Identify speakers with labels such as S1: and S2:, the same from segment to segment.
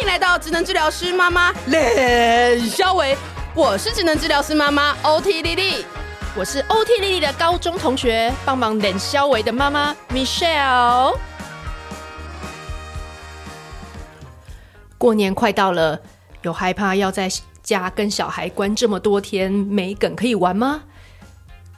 S1: 迎来到职能治疗师妈妈冷肖维，我是职能治疗师妈妈 OT 丽丽。
S2: 我是 OT 丽丽的高中同学，帮忙冷肖维的妈妈 Michelle。过年快到了，有害怕要在家跟小孩关这么多天没梗可以玩吗？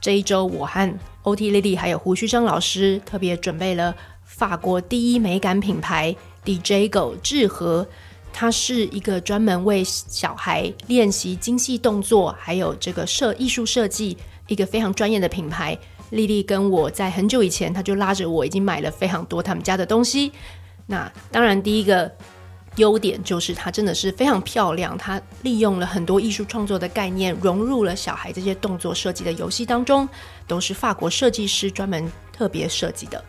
S2: 这一周，我和 OT 丽丽还有胡须章老师特别准备了法国第一美感品牌 DJ Go 智和，它是一个专门为小孩练习精细动作，还有这个设艺术设计一个非常专业的品牌。丽丽跟我在很久以前，她就拉着我已经买了非常多他们家的东西。那当然，第一个优点就是它真的是非常漂亮，它利用了很多艺术创作的概念，融入了小孩这些动作设计的游戏当中，都是法国设计师专门特别设计的。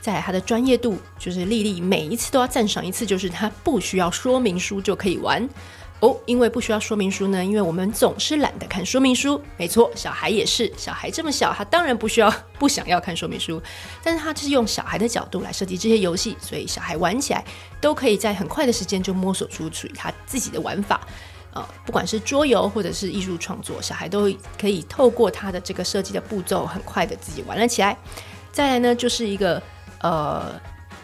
S2: 再来，它的专业度就是丽丽每一次都要赞赏一次，就是它不需要说明书就可以玩哦。因为不需要说明书呢，因为我们总是懒得看说明书。没错，小孩也是，小孩这么小，他当然不需要、 不想要看说明书。但是他是用小孩的角度来设计这些游戏，所以小孩玩起来都可以在很快的时间就摸索出属于他自己的玩法。呃，不管是桌游或者是艺术创作，小孩都可以透过他的这个设计的步骤，很快的自己玩了起来。再来呢，就是一个呃，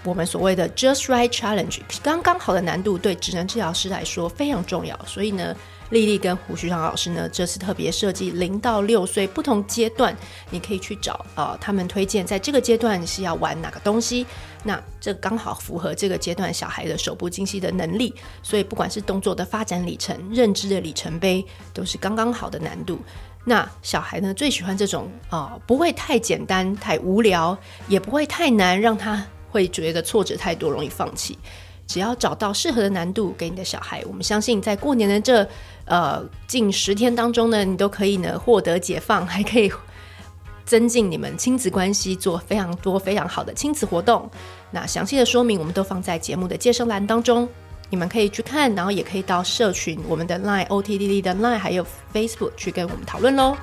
S2: 我们所谓的 Just Right Challenge，刚刚好的难度对职能治疗师来说非常重要。所以呢，丽丽跟胡旭昌老师呢，这次特别设计零到六岁不同阶段，你可以去找呃，他们推荐在这个阶段是要玩哪个东西。那这刚好符合这个阶段小孩的手部精细的能力，所以不管是动作的发展里程、认知的里程碑，都是刚刚好的难度。那小孩呢，最喜欢这种啊、呃不会太简单、太无聊，也不会太难，让他会觉得挫折太多，容易放弃。只要找到适合的难度给你的小孩，我们相信在过年的这呃近十天当中呢，你都可以呢获得解放，还可以增进你们亲子关系，做非常多非常好的亲子活动。那详细的说明我们都放在节目的介绍栏当中，你们可以去看，然后也可以到社群我们的 Line OTDD 的 Line 还有 Facebook 去跟我们讨论喽。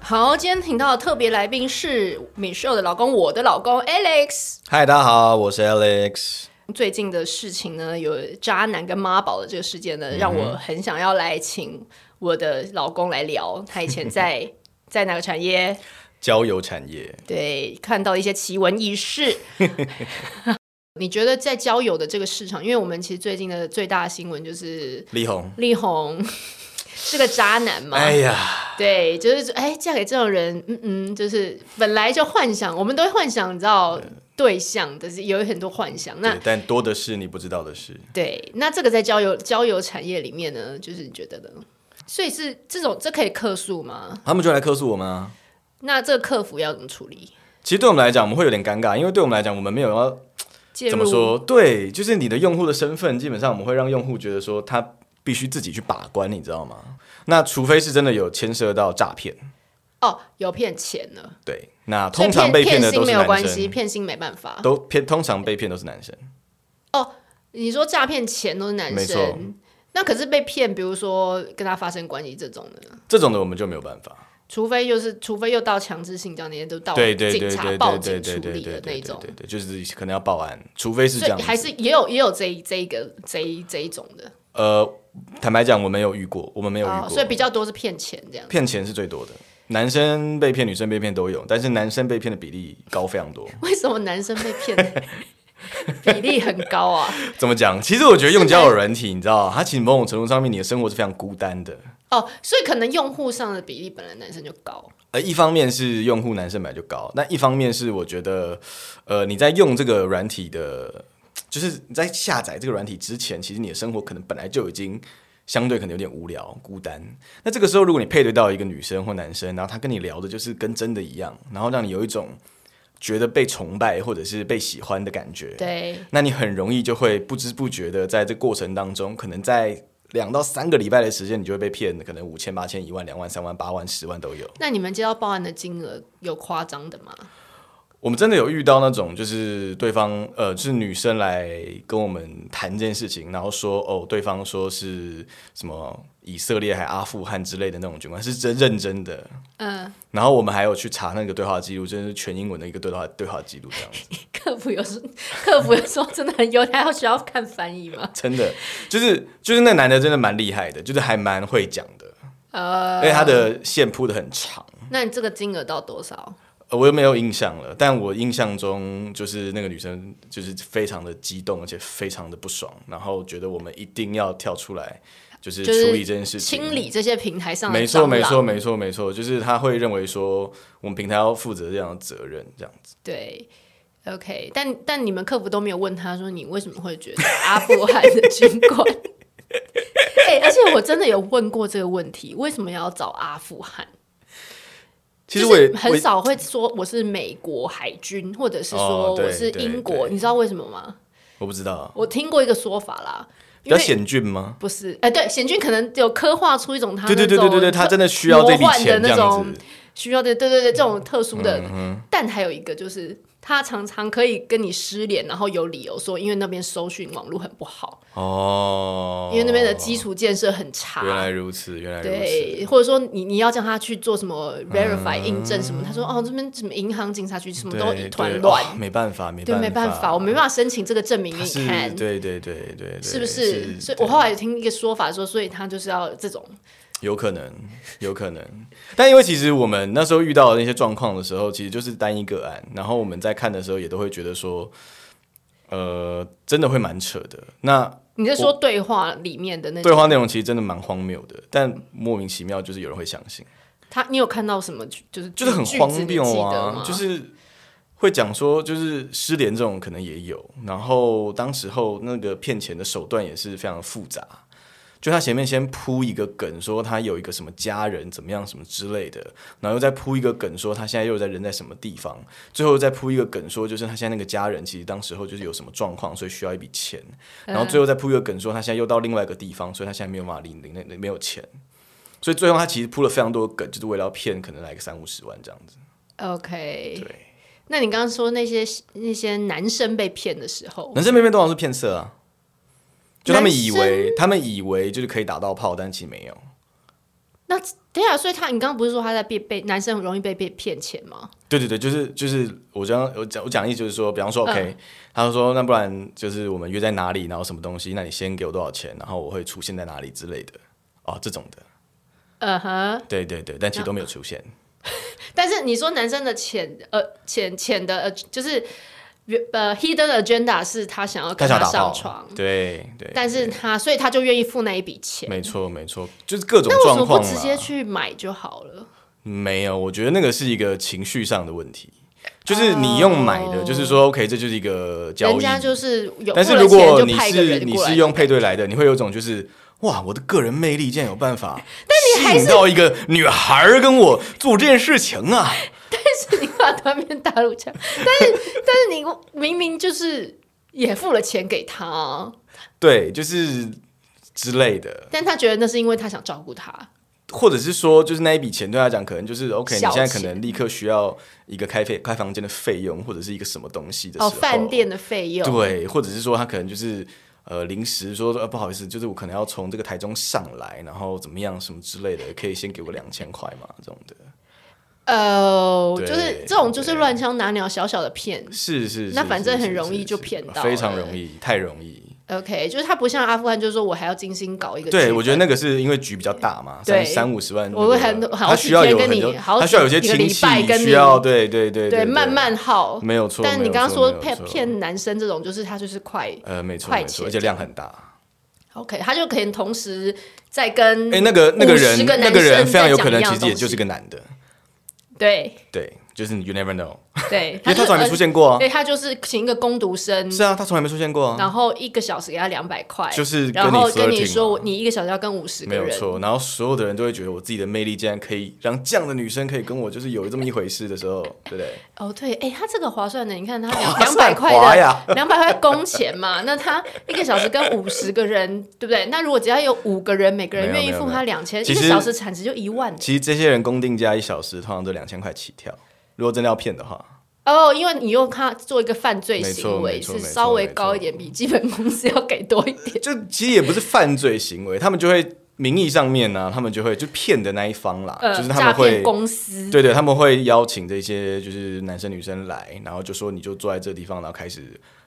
S2: 好，今天请到的特别来宾是 Michelle 的老公，我的老公 Alex。
S3: 嗨，大家好，我是 Alex。
S2: 最近的事情呢，有渣男跟妈宝的这个事件
S3: 嗯
S2: 呢，让我很想要来请我的老公来聊。他以前在 在哪个产业？
S3: 交友产业，
S2: 对，看到一些奇闻异 事。你觉得在交友的这个市场，因为我们其实最近的最大的新闻就是
S3: 力宏。
S2: 力宏 是个渣男嘛？
S3: 哎呀，
S2: 对，就是哎，嫁给这种人，嗯嗯，就是本来就幻想，我们都会幻想，你知道对象，但是有很多幻想。那
S3: 对但多的是你不知道的事。
S2: 对，那这个在交友交友产业里面呢，就是你觉得呢？所以是这种，这可以客诉吗？
S3: 他们就来客诉我们啊。
S2: 那这个客服要怎么处理？
S3: 其实对我们来讲，我们会有点尴尬，因为对我们来讲，我们没有要
S2: 介入
S3: 怎么说？对，就是你的用户的身份，基本上我们会让用户觉得说他必须自己去把关，你知道吗？那除非是真的有牵涉到诈骗，
S2: 哦，有骗钱了，
S3: 对，那
S2: 所以
S3: 通常被
S2: 骗
S3: 的
S2: 心
S3: 都
S2: 没
S3: 是
S2: 有关
S3: 男
S2: 系，
S3: 生，
S2: 骗心没办法。
S3: 都骗通常被骗都是男生。
S2: 哦，你说诈骗钱都是男
S3: 没错
S2: 生，那可是被骗，比如说跟他发生关系这种的呢，
S3: 这种的我们就没有办法。
S2: 除非就是，除非又到强制性交那些都到
S3: 对对对
S2: 警
S3: 对
S2: 察
S3: 对
S2: 报
S3: 对
S2: 警
S3: 对
S2: 处
S3: 对
S2: 理
S3: 对
S2: 的
S3: 对
S2: 那
S3: 对
S2: 种。
S3: 对，就是可能要报案，除非是这
S2: 所
S3: 样
S2: 以
S3: 子。
S2: 还是也有也有这一这一个这一这一种的
S3: 呃，坦白讲，我没有遇过，我们没有遇
S2: 哦
S3: 过，，
S2: 所以比较多是骗钱这样。
S3: 骗钱是最多的，男生被骗、女生被骗都有，但是男生被骗的比例高非 常多。
S2: 为什么男生被骗 的比例很高啊？
S3: 怎么讲？其实我觉得用交友软体，你知道，它其实某种程度上面，你的生活是非常孤单的。
S2: 哦，所以可能用户上的比例本来男生就高，
S3: 呃，一方面是用户男生本来就高，那一方面是我觉得，呃，你在用这个软体的，就是你在下载这个软体之前，其实你的生活可能本来就已经相对可能有点无聊、孤单。那这个时候，如果你配对到一个女生或男生，然后他跟你聊的就是跟真的一样，然后让你有一种觉得被崇拜或者是被喜欢的感觉，
S2: 对，
S3: 那你很容易就会不知不觉的在这过程当中，可能在两到三个礼拜的时间，你就会被骗，可能五千、八千、一万、两万、三万、八万、十万都有。
S2: 那你们接到报案的金额有夸张的吗？
S3: 我们真的有遇到那种，就是对方呃，就是女生来跟我们谈这件事情，然后说哦，对方说是什么以色列还阿富汗之类的那种军官，是真认真的。
S2: 嗯，
S3: 然后我们还有去查那个对话记录，真、就是全英文的一个对话对话记录这样子，
S2: 客服有时 客服有时候真的很有，他要需要看翻译吗？
S3: 真的就是就是那男的真的蛮厉害的，就是还蛮会讲的，
S2: 呃
S3: 而，且他的线铺的很长。
S2: 那你这个金额到多少？
S3: 呃我又没有印象了，但我印象中就是那个女生就是非常的激动，而且非常的不爽，然后觉得我们一定要跳出来，就是
S2: 就是
S3: 处理这件事情，
S2: 清理这些平台上的
S3: 没
S2: 蟑
S3: 错，
S2: 螂
S3: 没错，，没错，没错，就是她会认为说我们平台要负责这样的责任，这样子。
S2: 对。OK，但但你们客服都没有问他说你为什么会觉得阿富汗的军官？哎、而且我真的有问过这个问题，为什么要找阿富汗？
S3: 其实我
S2: 就
S3: 也、
S2: 是
S3: 我
S2: 很
S3: 也
S2: 少会说我是美国海军，或者是说
S3: 哦对
S2: 我是英国，
S3: 对对
S2: 你知道为什么吗？
S3: 我不知道，啊
S2: 我听过一个说法啦，因
S3: 比较
S2: 为
S3: 险峻吗？
S2: 不是，哎、对，险俊可能有刻画出啊一种他
S3: 对对对对对对，他真的需要这笔钱
S2: 那
S3: 这样
S2: 种
S3: 子。
S2: 需要的，对
S3: 嗯
S2: 对对，这种特殊的。但还有一个就是，他常常可以跟你失联，然后有理由说，因为那边搜寻网络很不好，
S3: 哦，
S2: 因为那边的基础建设很差。
S3: 原来如此，原来如此。
S2: 对，或者说你你要叫他去做什么 verify 印证
S3: 嗯
S2: 什么，他说哦这边什么银行、警察局什么都
S3: 对
S2: 一团
S3: 对
S2: 乱
S3: 哦，没办法，没
S2: 对，没办法，我没办法申请这个证明给
S3: 他
S2: 你
S3: 是
S2: 看，
S3: 对对对对对，
S2: 是不是？所以
S3: 对
S2: 我后来有听一个说法说，所以他就是要这种
S3: 有可能，有可能。但因为其实我们那时候遇到的那些状况的时候，其实就是单一个案，然后我们在看的时候也都会觉得说，呃，真的会蛮扯的。那
S2: 你在说对话里面的那
S3: 对
S2: 种，
S3: 话内容其实真的蛮荒谬的，但莫名其妙就是有人会相信，
S2: 他你有看到什么句？就是
S3: 就是很
S2: 句
S3: 荒
S2: 子你
S3: 谬
S2: 记得
S3: 啊
S2: 吗，
S3: 就是。会讲说，就是失联这种可能也有，然后当时候那个骗钱的手段也是非常复杂，就他前面先铺一个梗，说他有一个什么家人怎么样什么之类的，然后又再铺一个梗，说他现在又在人在什么地方，最后再铺一个梗，说就是他现在那个家人其实当时候就是有什么状况，所以需要一笔钱，然后最后再铺一个梗，说他现在又到另外一个地方，所以他现在没有办法领领那没有钱，所以最后他其实铺了非常多的梗，就是为了要骗可能来个三五十万这样子。
S2: OK。
S3: 对，
S2: 那你刚刚说那些那些男生被骗的时候，
S3: 男生被骗多少是骗色啊？就他们以
S2: 男
S3: 为他们以为就是可以打到炮，但其实没有。
S2: 那等一下，所以他你刚刚不是说他在被被男生很容易被被骗钱吗？
S3: 对对对，就是就是我刚我讲我讲的意思就是说，比方说
S2: 嗯
S3: OK，、他就说那不然就是我们约在哪里，然后什么东西，那你先给我多少钱，然后我会出现在哪里之类的，哦这种的，
S2: 呃哼，
S3: 对对对，
S2: 嗯
S3: 但其实都没有出现，
S2: 但是你说男生的潜呃潜潜的呃就是呃 hidden agenda 是他想要
S3: 他
S2: 跟
S3: 想
S2: 他
S3: 打
S2: 上
S3: 炮
S2: 床，，
S3: 对对，
S2: 但是他所以他就愿意付那一笔钱。
S3: 没错没错，就是各种
S2: 那为什么
S3: 状
S2: 不
S3: 况啊
S2: 直
S3: 啦
S2: 接去买就好了？
S3: 没有，我觉得那个是一个情绪上的问
S2: 哦
S3: 题，就是你用买的，就是说 OK，这就是一个交易，
S2: 人家就是有，
S3: 但是
S2: 付了
S3: 如
S2: 钱
S3: 果
S2: 就
S3: 你
S2: 派一个
S3: 是
S2: 人
S3: 你
S2: 过来
S3: 是用配对来的，你会有一种就是哇，我的个人魅力竟然有办法
S2: 但你还
S3: 吸引到一个女孩儿跟我做这件事情啊！
S2: 你把他变大陆腔，但是 但是你明明就是也付了钱给他啊，
S3: 对，就是之类的，
S2: 但他觉得那是因为他想照顾他，
S3: 或者是说，就是那一笔钱对他来讲，可能就是 OK，你
S2: 小
S3: 现在
S2: 钱
S3: 可能立刻需要一个开费开房间的费用，或者是一个什么东西的时候，
S2: 哦，饭店的费用，
S3: 对，或者是说他可能就是呃临时说呃不好意思，就是我可能要从这个台中上来，然后怎么样什么之类的，可以先给我两千块嘛这种的，
S2: 哦，
S3: 对
S2: 就是这种就是
S3: 对
S2: 乱枪打鸟小小的骗。
S3: 是是是，
S2: 那反正
S3: 是是
S2: 很容
S3: 是
S2: 易就是骗到
S3: 非常
S2: 了
S3: 容易，太容易。
S2: OK，就是他不像阿富汗，就是说我还要精心搞一个剧本。
S3: 对，我觉得那个是因为局比较大嘛，
S2: 对
S3: 三三五十万那个，
S2: 我会很好
S3: 他
S2: 几
S3: 需要
S2: 天
S3: 有
S2: 跟
S3: 很
S2: 你
S3: 多，
S2: 好
S3: 他需要有
S2: 几
S3: 些
S2: 一个
S3: 亲
S2: 礼拜
S3: 戚
S2: 跟
S3: 需
S2: 你
S3: 要，对对对
S2: 对慢慢耗，
S3: 没有错
S2: 但
S3: 没
S2: 你
S3: 有
S2: 刚刚
S3: 错
S2: 说
S3: 没有
S2: 骗
S3: 错
S2: 骗男生这种，就是他就是快
S3: 呃，没错
S2: 快
S3: 没错，
S2: 捷
S3: 而且量很大。
S2: OK，他就可以同时在跟
S3: 哎，那个那个
S2: 50
S3: 人，
S2: 个男
S3: 那个人
S2: 生
S3: 非常有
S2: 在
S3: 可
S2: 讲
S3: 能
S2: 一样
S3: 其实也
S2: 东
S3: 就是
S2: 西
S3: 个男的，
S2: 对
S3: 对，就是你 you never know，
S2: 对，
S3: 因为他
S2: 就
S3: 从来没出现过啊
S2: 呃对他就是请一个攻读生，
S3: 是啊，他从来没出现过啊，
S2: 然后一个小时给他两百块，
S3: 就是
S2: 然
S3: 跟你
S2: 后跟
S3: flirting
S2: 你
S3: 嘛
S2: 说我你一个小时要跟五十个
S3: 没有
S2: 人，
S3: 错。然后所有的人都会觉得我自己的魅力竟然可以让这样的女生可以跟我就是有这么一回事的时候，对不对？
S2: 哦，对，哎，他这个划算的，你看他两
S3: 划
S2: 两百
S3: 算
S2: 块
S3: 划呀
S2: 的两百块工钱嘛，那他一个小时跟五十个人，对不对？那如果只要有五个人，每个人
S3: 没有
S2: 愿意
S3: 没有
S2: 付
S3: 没有
S2: 他两千，一
S3: 其
S2: 个
S3: 实
S2: 小时产值就一万
S3: 其实这些人工定价一小时通常都两千块起跳，如果真的要骗的话，
S2: 哦哦，因为你用它做一个犯罪
S3: 没错
S2: 行为，
S3: 没错
S2: 是
S3: 没错
S2: 稍微
S3: 没错
S2: 高一点，比基本工资要给多一点。
S3: 就其实也不是犯罪行为，他们就会名义上面呢、他们就会就骗的那一方啦，
S2: 呃，
S3: 就是他
S2: 诈
S3: 们
S2: 骗
S3: 会。
S2: 公司，
S3: 对对，他们会邀请这些就是男生女生来，然后就说你就坐在这地方，然后开始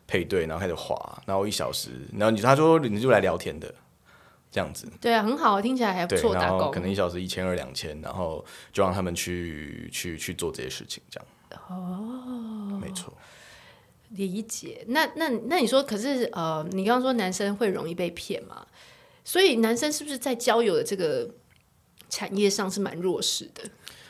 S3: 配对，然后开始滑，然后一小时，然后你他说你就来聊天的，这样子，
S2: 对啊，很好，听起来还不
S3: 对，
S2: 错，打
S3: 然后
S2: 工
S3: 可能一小时一千二两千，然后就让他们去去去做这些事情，这样。哦，没错，
S2: 理解。那那那你说，可是呃，你刚刚说男生会容易被骗嘛？所以男生是不是在交友的这个产业上是蛮弱势的？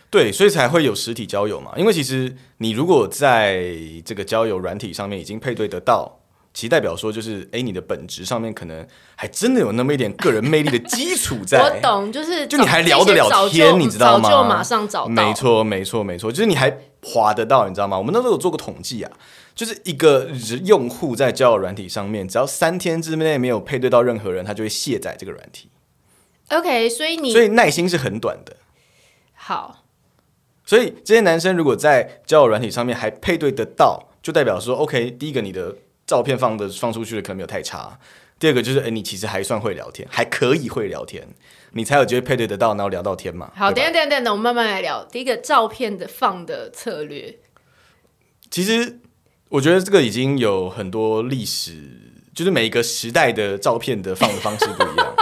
S3: 对，所以才会有实体交友嘛，因为其实你如果在这个交友软体上面已经配对得到。其实代表说，就是哎，你的本质上面可能还真的有那么一点个人魅力的基 础在。
S2: 我懂，就是
S3: 就你
S2: 早
S3: 还聊得
S2: 这些
S3: 了
S2: 早就
S3: 天你知道吗
S2: 早就马上找到，
S3: 没错，没错，没错，就是你还划得到，你知道吗？我们那时候有做过统计啊，就是一个人用户在交友软体上面，只要三天之内没有配对到任何人，他就会卸载这个软体，
S2: OK，所以你
S3: 所以耐心是很短的。
S2: 好，
S3: 所以这些男生如果在交友软体上面还配对得到，就代表说，OK，第一个你的照片放的放出去的可能没有太差，第二个就是，哎、你其实还算会聊天，还可以会聊天，你才有机会配对得到，然后聊到天嘛。
S2: 好，等
S3: 对吧
S2: 一下，等一下，等一下，我们慢慢来聊。第一个照片的放的策略，
S3: 其实我觉得这个已经有很多历史，就是每一个时代的照片的放的方式不一样。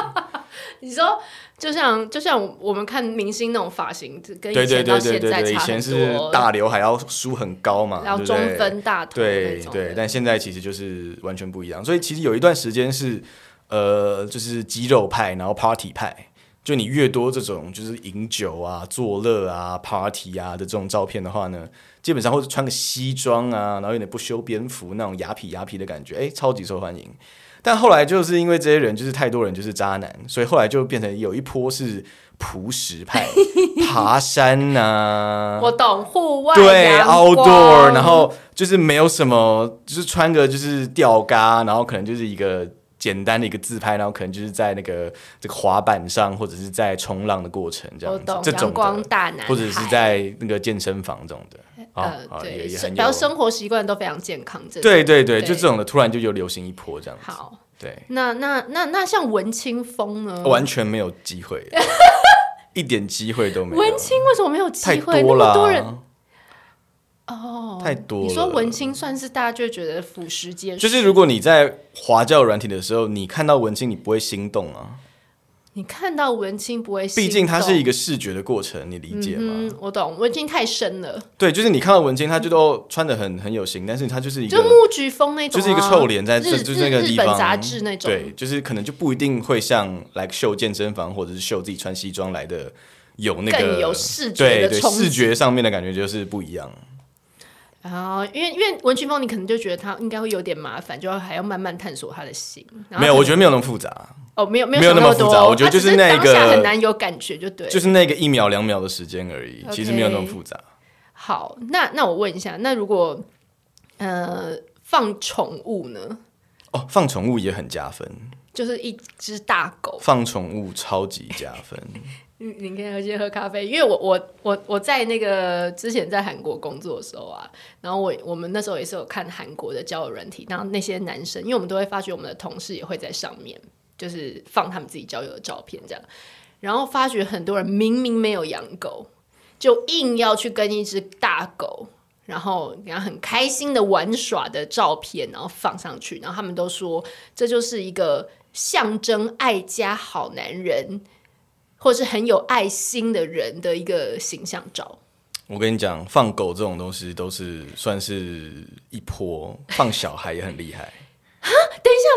S2: 你说就像就像我们看明星那种发型，这跟
S3: 对
S2: 以前
S3: 对对
S2: 到
S3: 对
S2: 现
S3: 对
S2: 在
S3: 对，以
S2: 差
S3: 前
S2: 很
S3: 是
S2: 多，
S3: 大刘海要梳很高嘛，
S2: 然后
S3: 对
S2: 中
S3: 不对
S2: 分大头那
S3: 对
S2: 种
S3: 对
S2: 的，
S3: 但现在其实就是完全不一样。所以其实有一段时间是，呃，就是肌肉派，然后 party 派。就你越多这种就是饮酒啊、作乐啊、party 啊的这种照片的话呢，基本上或者穿个西装啊，然后有点不修边幅那种雅痞雅痞的感觉，哎，超级受欢迎。但后来就是因为这些人就是太多人就是渣男，所以后来就变成有一波是朴实 派，爬山啊呐、
S2: 我懂户外
S3: 对
S2: 阳
S3: ，outdoor，
S2: 光
S3: 然后就是没有什么，就是穿个就是吊嘎，然后可能就是一个简单的一个自拍，然后可能就是在那个这个滑板上，或者是在冲浪的过程这
S2: 我
S3: 样子
S2: 懂，
S3: 这
S2: 阳
S3: 种
S2: 光
S3: 的，
S2: 大男孩，
S3: 或者是在那个健身房这种的，啊
S2: 呃，
S3: 啊也
S2: 对，
S3: 也
S2: 生
S3: 很
S2: 然
S3: 有
S2: 后，生活习惯都非常健康，这种
S3: 对对对，
S2: 对
S3: 就这种的突然就有流行一波这样子，
S2: 好。
S3: 对，
S2: 那那那那像文青风呢？
S3: 完全没有机会，
S2: 嗯
S3: 一点机会都没有
S2: 文，青为什么没有机
S3: 太
S2: 会？那
S3: 多
S2: 么
S3: 了
S2: 多人
S3: 啊，
S2: 哦，
S3: 太多了。
S2: 你说文青算是大家就会觉得腐蚀皆
S3: 就
S2: 是，
S3: 是如果你在滑教软体的时候，你看到文青，你不会心动啊，
S2: 你看到文青不会心动，
S3: 毕竟它是一个视觉的过程，你理解吗？
S2: 嗯，我懂，文青太深了，
S3: 对，就是你看到文青，他就都穿的很很有型，但是他就是一
S2: 就
S3: 个
S2: 木菊风那种、
S3: 就
S2: 啊，
S3: 是一个臭脸在这
S2: 日
S3: 就是那个
S2: 日
S3: 地
S2: 日本
S3: 方
S2: 杂志那种，
S3: 对，就是可能就不一定会像来秀健身房或者是秀自己穿西装来的有那个
S2: 更有视觉
S3: 对
S2: 的
S3: 对
S2: 冲击
S3: 视觉上面的感觉就是不一样。
S2: 然后，哦因为因为文青风，你可能就觉得它应该会有点麻烦，就要还要慢慢探索他的心。然后
S3: 没有，
S2: 可能
S3: 我觉得没有那么复杂，
S2: 哦，没有没有
S3: 没有
S2: 想
S3: 那么
S2: 多
S3: 复杂我觉得
S2: 它只
S3: 就是
S2: 是
S3: 那一个
S2: 当下很难有感觉，就对了。
S3: 就是那个一秒两秒的时间而已
S2: OK
S3: 其实没有那么复杂。
S2: 好，那那我问一下，那如果呃放宠物呢？
S3: 哦，放宠物也很加分，
S2: 就是一只大狗，
S3: 放宠物超级加分。
S2: 你你可以喝先喝咖啡，因为我我我我在那个之前在韩国工作的时候啊，然后我我们那时候也是有看韩国的交友软体，然后那些男生，因为我们都会发觉我们的同事也会在上面，就是放他们自己交友的照片这样，然后发觉很多人明明没有养狗，就硬要去跟一只大狗，然后然后很开心的玩耍的照片，然后放上去，然后他们都说这就是一个象征爱家好男人，或是很有爱心的人的一个形象照。
S3: 我跟你讲，放狗这种东西都是算是一波，放小孩也很厉害。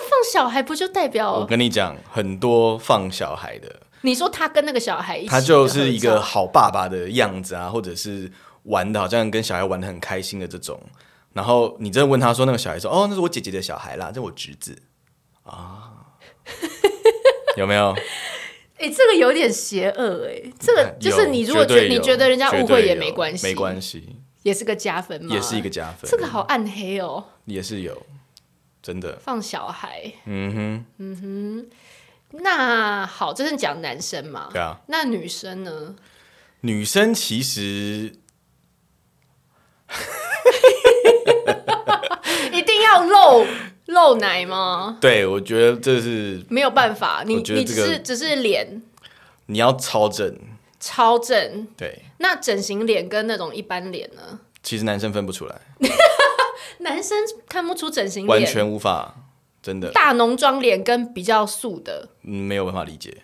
S2: 放小孩不就代
S3: 我
S2: 表
S3: 跟你讲，很多放小孩的，
S2: 你说他跟那个小孩一起合照，
S3: 他就是一个好爸爸的样子啊，或者是玩的好像跟小孩玩的很开心的这种。然后你真的问他说那个小孩说，哦，那是我姐姐的小孩啦，这是我侄子啊，有没有？
S2: 哎、这个有点邪恶哎、 这个就是
S3: 有
S2: 你如果
S3: 绝
S2: 觉
S3: 对有
S2: 你觉得人家误
S3: 绝
S2: 会
S3: 对
S2: 也
S3: 有
S2: 没关系，
S3: 没关系，
S2: 也是个加分嘛，
S3: 也是一个加分。
S2: 这个好暗黑哦，
S3: 也是有，真的，
S2: 放小孩。
S3: 嗯
S2: 那好，这是讲男生嘛
S3: 哼，？对啊。
S2: 那女生呢？
S3: 女生其实
S2: 一定要露 露奶吗？
S3: 对，我觉得这是
S2: 没有办法，你
S3: 我觉得
S2: 你只
S3: 这个
S2: 是只是脸
S3: 你要超正。
S2: 超正，
S3: 对，
S2: 那整形脸跟那种一般脸呢？
S3: 其实男生分不出来，
S2: 男生看不出整形
S3: 完
S2: 脸，
S3: 全无法，真的、
S2: 大浓妆脸跟比较素的，
S3: 嗯没有办法理解。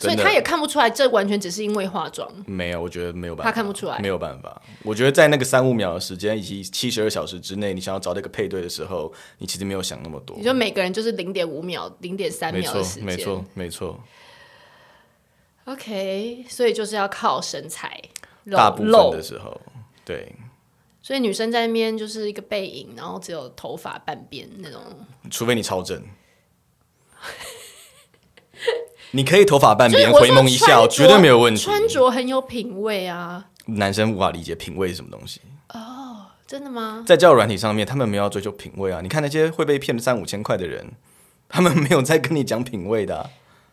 S2: 所以
S3: 真的
S2: 他也看不出来，这完全只是因为化妆。
S3: 没有，我觉得没有办法，
S2: 他看不出来
S3: 没有办法。我觉得在那个三五秒的时间以及七十二小时之内，你想要找到一个配对的时候，你其实没有想那么多
S2: 你。说每个人就是零点五秒、零点三
S3: 没
S2: 秒的
S3: 错
S2: 时，间，
S3: 没错，没错，
S2: OK，所以就是要靠身材露
S3: 大部分
S2: 露
S3: 的时候，对，
S2: 所以女生在那边就是一个背影，然后只有头发半边那种，
S3: 除非你超正。 你可以头发半
S2: 就是
S3: 边，
S2: 我
S3: 回
S2: 说
S3: 眸一
S2: 穿
S3: 笑，
S2: 着
S3: 绝对没有问题。
S2: 穿着很有品味啊，
S3: 男生无法理解品味是什么东西，
S2: 真的吗？
S3: 在交友软体上面，他们没有要追求品味啊。你看那些会被骗三五千块的人，他们没有在跟你讲品味的啊、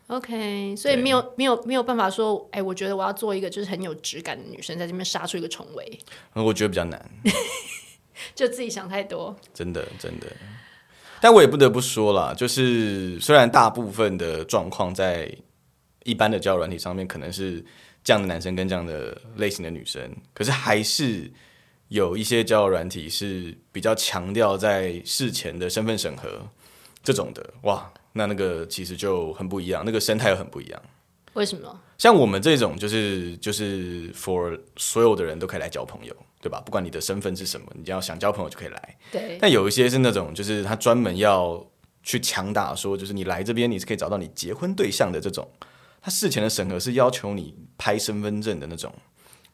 S2: OK，所以没有没有没有办法说，哎、我觉得我要做一个就是很有质感的女生，在这边杀出一个重围，
S3: 我觉得比较难。
S2: 就自己想太多。
S3: 真的真的。但我也不得不说啦，就是虽然大部分的状况在一般的交友软体上面，可能是这样的男生跟这样的类型的女生，可是还是有一些交友软体是比较强调在事前的身份审核这种的，哇，那那个其实就很不一样，那个生态又很不一样。
S2: 为什么？
S3: 像我们这种，就是就是 for 所有的人都可以来交朋友，对吧？不管你的身份是什么，你只要想交朋友就可以来。
S2: 对，
S3: 但有一些是那种，就是他专门要去强打说，就是你来这边你是可以找到你结婚对象的这种，他事前的审核是要求你拍身份证的那种，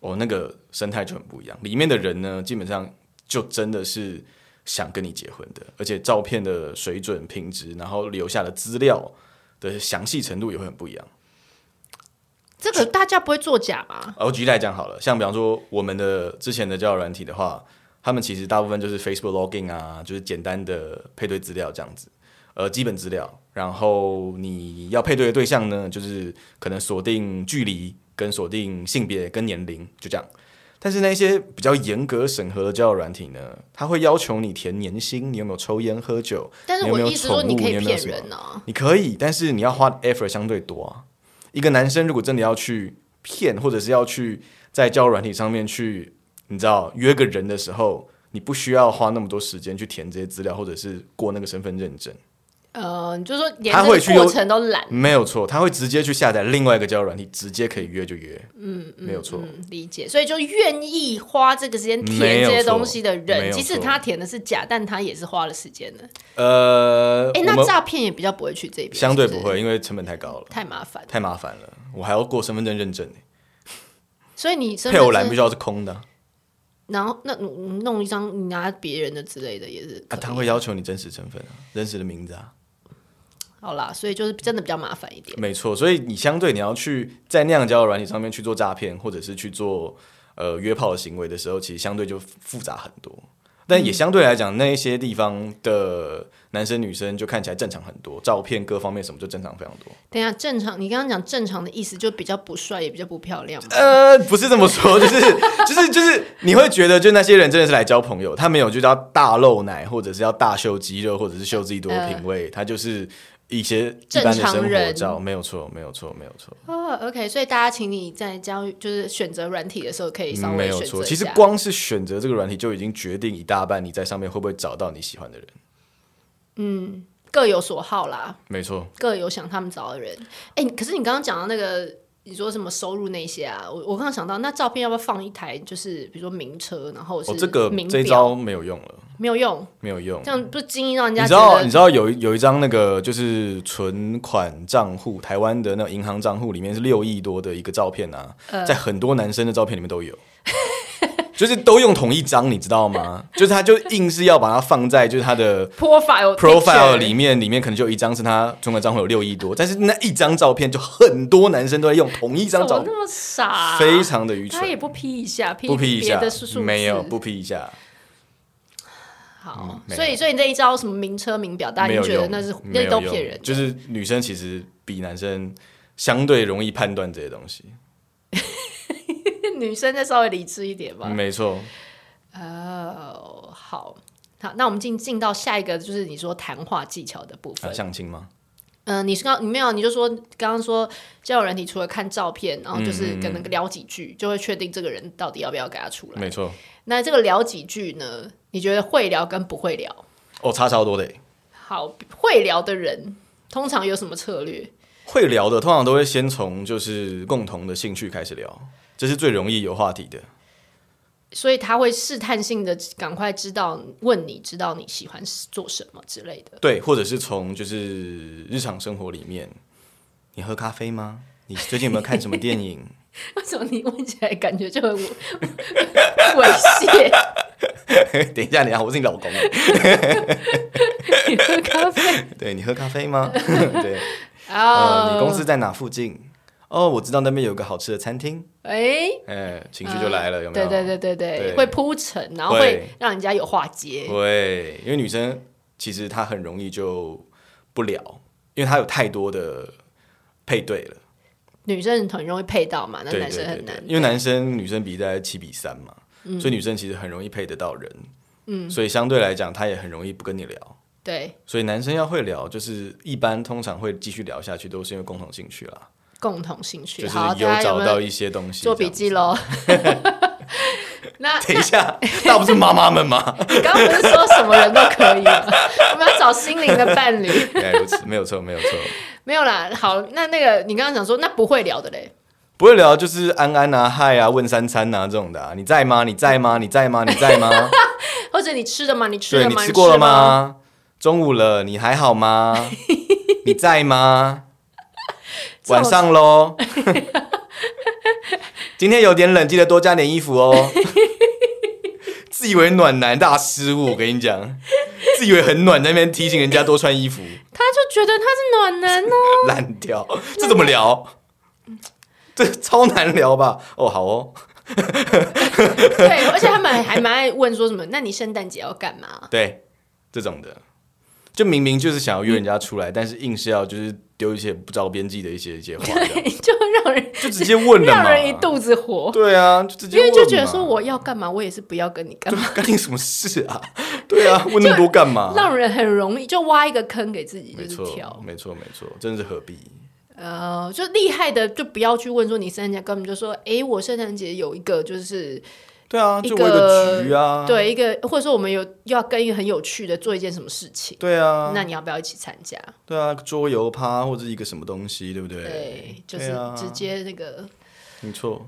S3: 哦，那个生态就很不一样。里面的人呢，基本上就真的是想跟你结婚的，而且照片的水准、品质，然后留下的资料的详细程度也会很不一样。
S2: 这个大家不会作假吧？
S3: 啊我举例来讲好了，像比方说我们的之前的交友软体的话，他们其实大部分就是 Facebook login 啊，就是简单的配对资料这样子，呃，基本资料。然后你要配对的对象呢，就是可能锁定距离、跟锁定性别、跟年龄，就这样。但是那些比较严格审核的交友软体呢，它会要求你填年薪，你有没有抽烟喝酒，
S2: 但是
S3: 你有
S2: 我
S3: 没有
S2: 意思说，
S3: 宠
S2: 你
S3: 物
S2: 可
S3: 你
S2: 以
S3: 有没有
S2: 骗
S3: 什么
S2: 人啊。
S3: 你可以，但是你要花的 effort 相对多啊。一个男生如果真的要去骗，或者是要去在交友软体上面去，你知道约个人的时候，你不需要花那么多时间去填这些资料，或者是过那个身份认证。
S2: 呃，你就说连
S3: 他会
S2: 这
S3: 去
S2: 个过
S3: 有
S2: 程都懒，
S3: 没有错，他会直接去下载另外一个交友软体，直接可以约就约。嗯，没有错。
S2: 嗯，理解，所以就愿意花这个时间
S3: 没
S2: 填
S3: 有
S2: 这
S3: 错
S2: 些东西的
S3: 没
S2: 人，
S3: 有
S2: 即
S3: 错
S2: 使他填的是假，但他也是花了时间的。
S3: 呃，
S2: 哎、
S3: 我
S2: 那
S3: 们
S2: 诈骗也比较不会去这边，
S3: 相对
S2: 是
S3: 不
S2: 是
S3: 会，因为成本太高了，
S2: 太麻烦。
S3: 太麻烦了，我还要过身份证认证呢、
S2: 所以你身
S3: 配
S2: 份
S3: 偶栏必须
S2: 证，
S3: 要是空的啊
S2: 然后那你你弄一张你拿别人的之类的也是可
S3: 啊，
S2: 以
S3: 他会要求你真实身份啊，真实的名字啊。
S2: 好啦，所以就是真的比较麻烦一点。
S3: 没错，所以你相对你要去在那样交友软体上面去做诈骗，或者是去做呃约炮的行为的时候，其实相对就复杂很多。但
S2: 嗯
S3: 也相对来讲，那一些地方的男生女生就看起来正常很多，照片各方面什么就正常非常多。
S2: 等一下，正常，你刚刚讲正常的意思就比较不帅，也比较不漂亮嘛。
S3: 呃， 不是这么说，就是就是就是，你会觉得就那些人真的是来交朋友，他没有就是要大露奶，或者是要大秀肌肉，或者是秀自己多的品味，他就是一些一般的
S2: 呃正常
S3: 生活
S2: 人
S3: 照，没有错，没有错，没有错。
S2: 哦、o k 所以大家请你在交就是选择软体的时候，可以稍
S3: 嗯没
S2: 微
S3: 有
S2: 选择
S3: 错，
S2: 一
S3: 其实
S2: 下
S3: 光是选择这个软体就已经决定一大半，你在上面会不会找到你喜欢的人。
S2: 各有所好啦，
S3: 没错，
S2: 各有想他们找的人。哎、可是你刚刚讲到那个，你说什么收入那些啊？我我刚刚想到，那照片要不要放一台，就是比如说名车，然后是
S3: 哦，这个
S2: 名
S3: 这一
S2: 表
S3: 招没有用了，
S2: 没有用，
S3: 没有用
S2: 这。样不经意让人
S3: 你
S2: 家
S3: 知
S2: 觉
S3: 道，
S2: 得
S3: 你知道有一有一张那个就是存款账户，台湾的那种银行账户里面是六亿多的一个照片啊，
S2: 嗯
S3: 在很多男生的照片里 面都有，就是都用同一张，你知道吗？就是他就硬是要把它放在就是他的
S2: profile
S3: profile
S2: picture
S3: 里面，里面可能就有一张是他存款账户有六亿多，但是那一张照片就很多男生都在用同一
S2: 怎
S3: 张照
S2: 么
S3: 片
S2: 那。么傻啊、
S3: 非常的愚
S2: 他也
S3: 蠢，
S2: 不 P 一下，P
S3: 不 P 一
S2: 别
S3: 下
S2: 的数数，字
S3: 没有不 P 一下，
S2: 好
S3: 嗯。没有
S2: 所以所以你这一招什么名车名表，大家
S3: 没
S2: 已经觉
S3: 有
S2: 得
S3: 用，
S2: 那是
S3: 没
S2: 那
S3: 有
S2: 都
S3: 用
S2: 骗人的，
S3: 就是女生其实比男生相对容易判断这些东西，嗯
S2: 女生再稍微理智一点吧。
S3: 没错。
S2: 哦，好，好，那我们进进到下一个，就是你说谈话技巧的部分
S3: 啊，。相亲吗？
S2: 嗯、你是刚你没有，你就说刚刚说交友软体除了看照片，然后
S3: 嗯
S2: 就是可能聊几句，就会确定这个人到底要不要跟他出来。
S3: 没错，
S2: 那这个聊几句呢？你觉得会聊跟不会聊？
S3: 哦，差超多的欸。
S2: 好，会聊的人通常有什么策略？
S3: 会聊的通常都会先从就是共同的兴趣开始聊，这是最容易有话题的。
S2: 所以他会试探性的赶快知道问你知道你喜欢做什么之类的。
S3: 对，或者是从就是日常生活里面，你喝咖啡吗？你最近有没有看什么电影？
S2: 为什么你问起来感觉就很猥猥亵？
S3: 等一下，你啊，我是你老公欸，
S2: 你喝咖啡
S3: 对你喝咖 啡吗？对， 呃，
S2: 啊？
S3: 你公司在哪附近？哦，我知道那边有个好吃的餐厅，
S2: 哎，
S3: 哎，情绪就来了，有没
S2: 对呃
S3: 有？
S2: 对对对对，
S3: 对
S2: 会铺陈，然后
S3: 会
S2: 会让人家有话接。
S3: 对，因为女生其实她很容易就不聊，因为她有太多的配对了。
S2: 女生很容易配到嘛，那
S3: 对
S2: 男
S3: 对
S2: 生
S3: 对
S2: 很
S3: 对
S2: 难，。嗯
S3: 因为男生女生比在七比三嘛，所以女生其实很容易配得到人，嗯，所以相对来讲，她也很容易不跟你聊。
S2: 对
S3: 所以男生要会聊，就是一般通常会继续聊下去，都是因为共同兴趣啦，
S2: 共同兴趣。
S3: 就是
S2: 好，
S3: 有
S2: 大家有
S3: 找
S2: 没
S3: 到
S2: 有
S3: 一些东西。
S2: 做笔记。喽？ 那
S3: 等 一下，那不是妈妈们吗？
S2: 你刚刚不是说什么人都可以吗？ 我们要找心灵的伴侣。
S3: 哎，如此，没有错，没有错。
S2: 没有啦，好，那那个你刚刚讲说那不会聊的嘞，
S3: 不会聊就是安安啊、嗨啊、问三餐啊这种的啊，你在吗？你在吗？你在吗？你在吗？
S2: 或者你吃的吗？你吃
S3: 对
S2: 的哦
S3: 你
S2: 吗？
S3: 吃过了
S2: 你吗？
S3: 吗？中午了，你还 好吗？你在吗？
S2: 这种
S3: 晚上 喽。今天有点冷，记得多加点衣服 哦。自以为暖男大失误，我跟你讲，自以为很暖，在那边提醒人家多穿 衣服，
S2: 他就觉得他是暖男 哦，
S3: 烂掉，这怎么聊？这超难聊吧？哦，好哦，
S2: 对，而且他们还蛮爱问说什么，那你圣诞节要干嘛？
S3: 对，这种的，就明明就是想要约人家出
S2: 嗯
S3: 来，但是硬是要就是丢一些不着边际的一些一 些话，这样
S2: 就让人
S3: 就直接问了
S2: 让
S3: 嘛。
S2: 人一肚子火，
S3: 对啊，就直接
S2: 因
S3: 问
S2: 为
S3: 嘛
S2: 就觉得说 我要干嘛，我也是不要跟你干嘛，
S3: 干你什么事啊？对啊，问那么多干嘛？
S2: 让人很容易就挖一个坑给自己就
S3: 没
S2: 是
S3: 错
S2: 跳，，
S3: 没错，没错，真的是何必？
S2: 呃，就厉害的就不要去问说你圣诞节干嘛，就说诶，我圣诞节有一个就是
S3: 对啊，
S2: 一
S3: 就围个局啊，
S2: 对一个，或者说我们有要跟一个很有趣的做一件什么事情。
S3: 对啊，
S2: 那你要不要一起参加？
S3: 对啊，桌游趴或者一个什么东西，对不对？
S2: 对，就是
S3: 对啊
S2: 直接那个、
S3: 没错。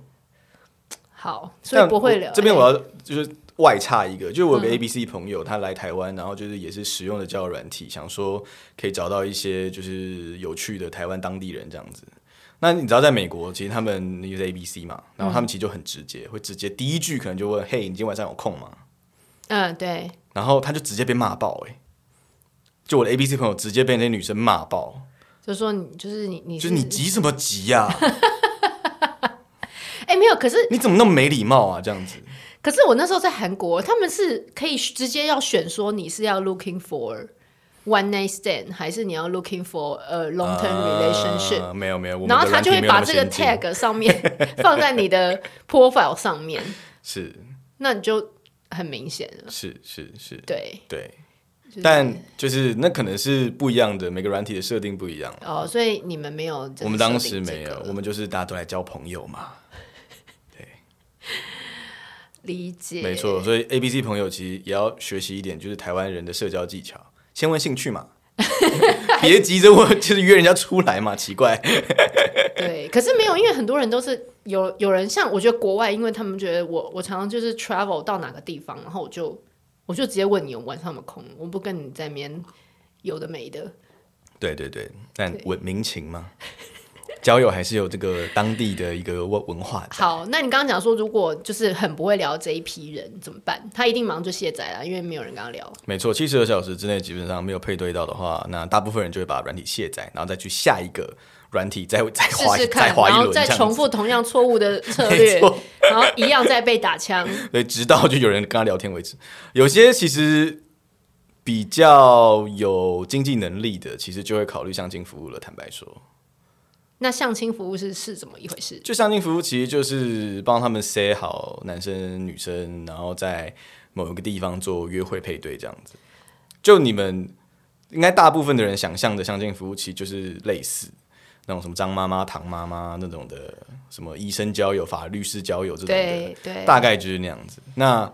S2: 好，所以不会聊
S3: 这边
S2: 哎嗯
S3: 我要就是外插一个，就是我有个 A B C 朋友，他来台湾，然后就是也是使用的交友软体，想说可以找到一些就是有趣的台湾当地人这样子。那你知道在美国，其实他们那个是 A B C 嘛，然后
S2: 嗯
S3: 他们其实就很直接，会直接第一句可能就问：“嘿，你今天晚上有空吗
S2: 嗯，对，？”
S3: 然后他就直接被骂爆、欸，就我的 A B C 朋友直接被那些女生骂爆，
S2: 就说你就是你你
S3: 就是是你急什么急呀、
S2: 哎、没有，可是
S3: 你怎么那么没礼貌啊？这样子，
S2: 可是我那时候在韩国，他们是可以直接要选说你是要 looking for one night stand 还是你要 looking for a long term relationship，、
S3: 啊没有没有，我们
S2: 然后
S3: 的
S2: 他就会
S3: 软体没有那
S2: 把
S3: 么
S2: 这个
S3: 先进
S2: tag 上面 放在你的 profile 上面，
S3: 是
S2: 那你就很明显了，
S3: 是是是，
S2: 对。
S3: 对，
S2: 就是
S3: 但就是那可能是不一样的，每个软体的设定不一样。
S2: 哦，所以你们没有就是设定这个、
S3: 我们当时没有，我们就是大家都来交朋友嘛，
S2: 理解，
S3: 没错。所以 A、B、C 朋友其实也要学习一点，就是台湾人的社交技巧，先问兴 趣嘛，别急着问，就是约人家出来嘛，奇怪。
S2: 对，可是没有，因为很多人都是有有人像我觉得国外，因为他们觉得我我常常就是 travel 到哪个地方，然后我就我就直接问你晚上有没有空，我不跟你在那边有的没的。
S3: 对对对，但文民情嘛，交友还是有这个当地的一个文文化的。
S2: 好，那你刚刚讲说，如果就是很不会聊这一批人怎么办？他一定马上就卸载啊了，因为没有人跟他聊。
S3: 没错，七十二小时之内基本上没有配对到的话，那大部分人就会把软体卸载，然后再去下一个软体再再
S2: 试
S3: 滑
S2: 试
S3: 再
S2: 看，
S3: 滑一
S2: 然后
S3: 轮，这
S2: 再
S3: 样子
S2: 重复同样错误的策
S3: 没
S2: 略
S3: 错，
S2: 然后一样再被打枪。
S3: 对，直到就有人跟他聊天为止。有些其实比较有经济能力的，其实就会考虑相亲服务了。坦白说，
S2: 那相亲服务是是怎么一回事？
S3: 就相亲服务其实就是帮他们塞好男生女生，然后再某一个地方做约会配对这样子。就你们应该大部分的人想象的相亲服务，其实就是类似那种什么张妈妈、唐妈妈那种的，什么医生交友、法律师交友这种的
S2: 对，对，
S3: 大概就是那样子。那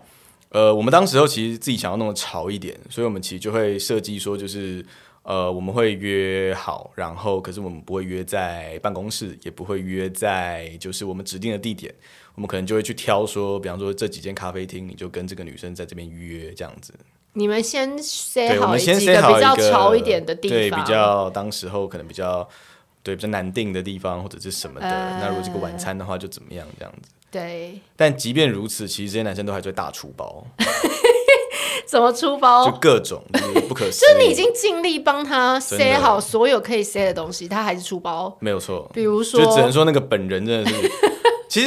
S3: 呃，我们当时候其实自己想要弄得潮一点，所以我们其实就会设计说，就是呃，我们会约好，然后可是我们不会约在办公室，也不会约在就是我们指定的地点，我们可能就会去挑说，比方说这几间咖啡厅，你就跟这个女生在这边约这样子。
S2: 你们先 say
S3: 对，我
S2: 好
S3: 们
S2: 几个
S3: 先
S2: 比
S3: set 好
S2: 较
S3: 一个
S2: 潮一点的地
S3: 对，
S2: 方，
S3: 比较当时候可能比较对比较难定的地方或者是什么的。
S2: 嗯
S3: 那如果这个晚餐的话，就怎么样这样子？
S2: 对，
S3: 但即便如此，其实这些男生都还是会大出包，
S2: 怎么出
S3: 就
S2: 包？
S3: 各种就是不可思
S2: 哦就是
S3: 议。
S2: 你已经尽力帮他
S3: 真
S2: say
S3: 的
S2: 好所有可以 say 的东西，他还是出包。
S3: 没有错，
S2: 比如说
S3: 就只能说那个本人真 的是，其实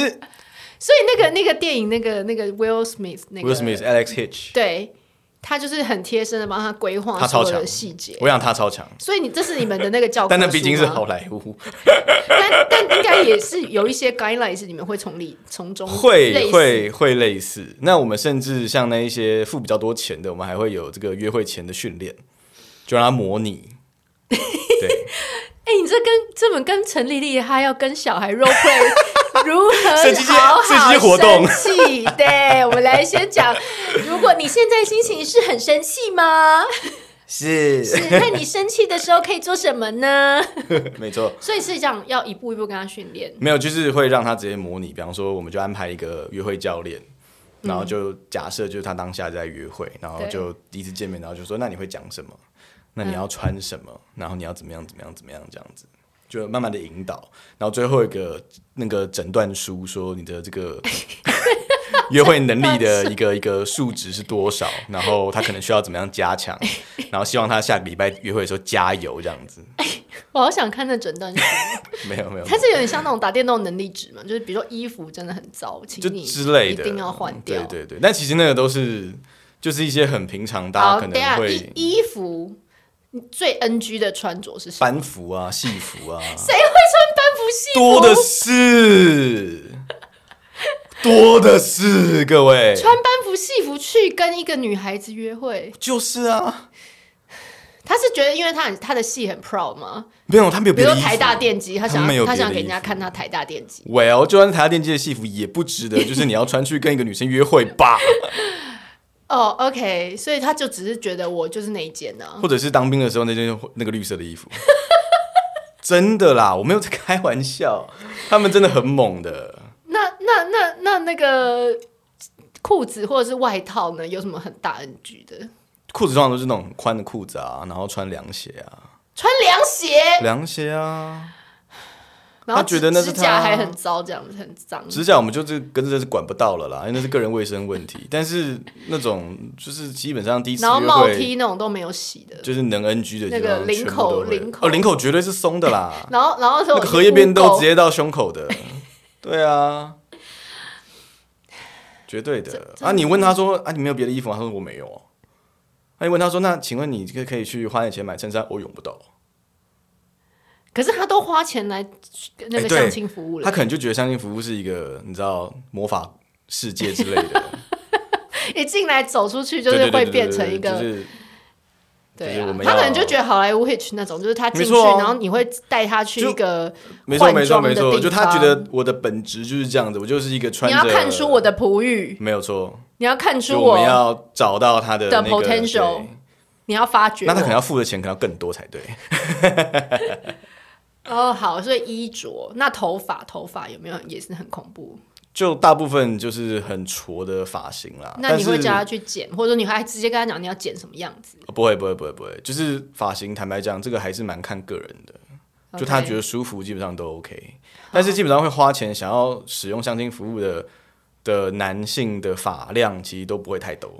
S2: 所以那个那个电影那个那个 Will Smith 那个
S3: 嗯 Will Smith、Alex Hitch，
S2: 对他就是很贴身的帮他规划
S3: 他超
S2: 所有
S3: 强
S2: 的细节。
S3: 我想他超强，
S2: 所以你这是你们的那个教科书吗，
S3: 但那毕竟是好莱坞，
S2: 但但应该也是有一些 guideline 是你们会从里从中类
S3: 会
S2: 似
S3: 会会类似。那我们甚至像那一些付比较多钱的，我们还会有这个约会前的训练，就让他 模拟。对，
S2: 哎、你这跟这本跟陈丽丽她要跟小孩 role play 如
S3: 设计一些
S2: 何好
S3: 设计一
S2: 好
S3: 些活动
S2: 生气？对，我们来先讲，如果你现在心情是很生气吗？
S3: 是
S2: 是，那你生气的时候可以做什么呢？
S3: 没错。
S2: 所以是这样，要一步一步跟她训练。
S3: 没有，就是会让他直接模拟。比方说，我们就安排一个约会教练，然后就假设就是他当下在约会，然后
S2: 对
S3: 就第一次见面，然后就说：“那你会讲什么？那你要穿什么？然后你要怎么样？怎么样？怎么样？这样子。”就慢慢的引导，然后最后一个那个诊断书说你的这个约会能力的一个一个数值是多少，然后他可能需要怎么样加强，然后希望他下个礼拜约会的时候加油这样子。
S2: 我好想看那诊断书，
S3: 没有没有，
S2: 哦它是有点像那种打电动能力值嘛，就是比如说衣服真的很糟，请
S3: 就
S2: 你
S3: 之类的，嗯
S2: 一定要换掉。
S3: 对对对，但其实那个都是就是一些很平常，大
S2: 好，
S3: 家可
S2: 等一下
S3: 能
S2: 衣
S3: 会
S2: 衣服你最 NG 的穿着是什么？
S3: 班服啊、戏服啊，
S2: 谁会穿班服西服？
S3: 多的是，多的是，各位，
S2: 穿班服戏服去跟一个女孩子约会，
S3: 就是啊，
S2: 他是觉得因为他很他的戏很 proud 吗？
S3: 没有他没有
S2: 比
S3: 别
S2: 如
S3: 的
S2: 说
S3: 衣服
S2: 台大电机，他
S3: 他
S2: 想
S3: 没
S2: 要
S3: 有
S2: 他
S3: 别的
S2: 想给人
S3: 衣
S2: 家
S3: 服
S2: 看他台大电机，
S3: ，Well，就算是台大电机的戏服也不值得，就是你要穿去跟一个女生约会吧，
S2: 哦、o k 所以他就只是觉得我就是那一件呢、啊。
S3: 或者是当兵的时候那件那个绿色的衣服。真的啦，我没有在开玩笑，他们真的很猛的。
S2: 那那那那那个裤子或者是外套呢，有什么很大 NG 的？
S3: 裤子通常都是那种很宽的裤子啊，然后穿凉鞋啊，
S2: 穿凉鞋，
S3: 凉鞋啊，
S2: 然后
S3: 他觉得那是
S2: 指甲
S3: 他
S2: 还很糟，这样子很脏。
S3: 指甲我们就是跟这是管不到了啦，因为那是个人卫生 问题。但是那种就是基本上第一次
S2: 然后
S3: 约
S2: 帽
S3: 会，
S2: T 那种都没有洗的，
S3: 就是能 NG 的地方
S2: 那个领口
S3: 全部都会
S2: 领口，
S3: 哦，领口绝对是松的啦
S2: 然后然后
S3: 那
S2: 那
S3: 个荷叶边都直接到胸口 的，对啊，绝对的啊！你问他说啊，你没有别的衣服吗？他说我没有哦。啊那、你问他说，那请问你这个可以去花点钱买衬衫？我用不到。
S2: 可是他都花钱来那个
S3: 哎对
S2: 相亲服务了，
S3: 他可能就觉得相亲服务是一个你知道魔法世界之类 的，
S2: 一进来走出去就是
S3: 对对对
S2: 会
S3: 对
S2: 变
S3: 对
S2: 成一
S3: 就
S2: 个
S3: 是
S2: 对
S3: 就是我
S2: 啊，
S3: 们
S2: 他可能
S3: 要
S2: 就觉得好莱坞 hitch 那种，就是他进
S3: 没
S2: 去，
S3: 错啊
S2: 然后你会带他去
S3: 就
S2: 一个
S3: 没错
S2: 换
S3: 没错
S2: 装的
S3: 没错，
S2: 地
S3: 就他
S2: 方
S3: 觉得我的本质就是这样子，我就是一个穿
S2: 你
S3: 着
S2: 要看出我的璞玉，
S3: 没有错，
S2: 你要看
S3: 就
S2: 出
S3: 我们要找到他的
S2: 的
S3: 那个
S2: potential
S3: 对
S2: 你要发掘我。
S3: 那他可能要付的钱可能要更多才对。
S2: 哦好，所以衣着那头发头发有没有也是很恐怖？
S3: 就大部分就是很挫的发型啦，
S2: 那
S3: 但
S2: 你会
S3: 是
S2: 叫他去剪，或者说你还直接跟他讲你要剪什么样子？
S3: 不会不会不会不会，就是发型，坦白讲，这个还是蛮看个人的。就他
S2: OK
S3: 觉得舒服，基本上都 OK。但是基本上会花钱想要使用相亲服务的的男性的发量，其实都不会太多。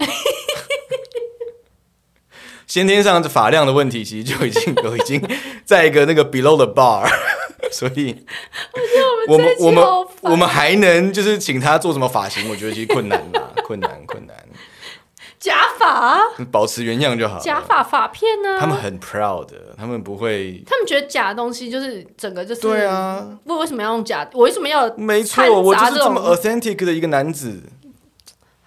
S3: 先天上的发量的问题，其实就已经 都已经在一个那个 below the bar，所 以我们
S2: 我
S3: 我
S2: 们这一集
S3: 们
S2: 好烦
S3: 我们还能就是请他做什么发型，我觉得其实困难啦，困难困难，
S2: 假发
S3: 保持原样就好了。
S2: 假发发片呢、
S3: 他们很 proud 的，他们不会。
S2: 他们觉得假的东西就是整个就是
S3: 对啊，
S2: 为为什么要用假？我为什么要
S3: 没
S2: 掺杂
S3: 错，我就是
S2: 这
S3: 这么
S2: 种
S3: authentic 的一个男子。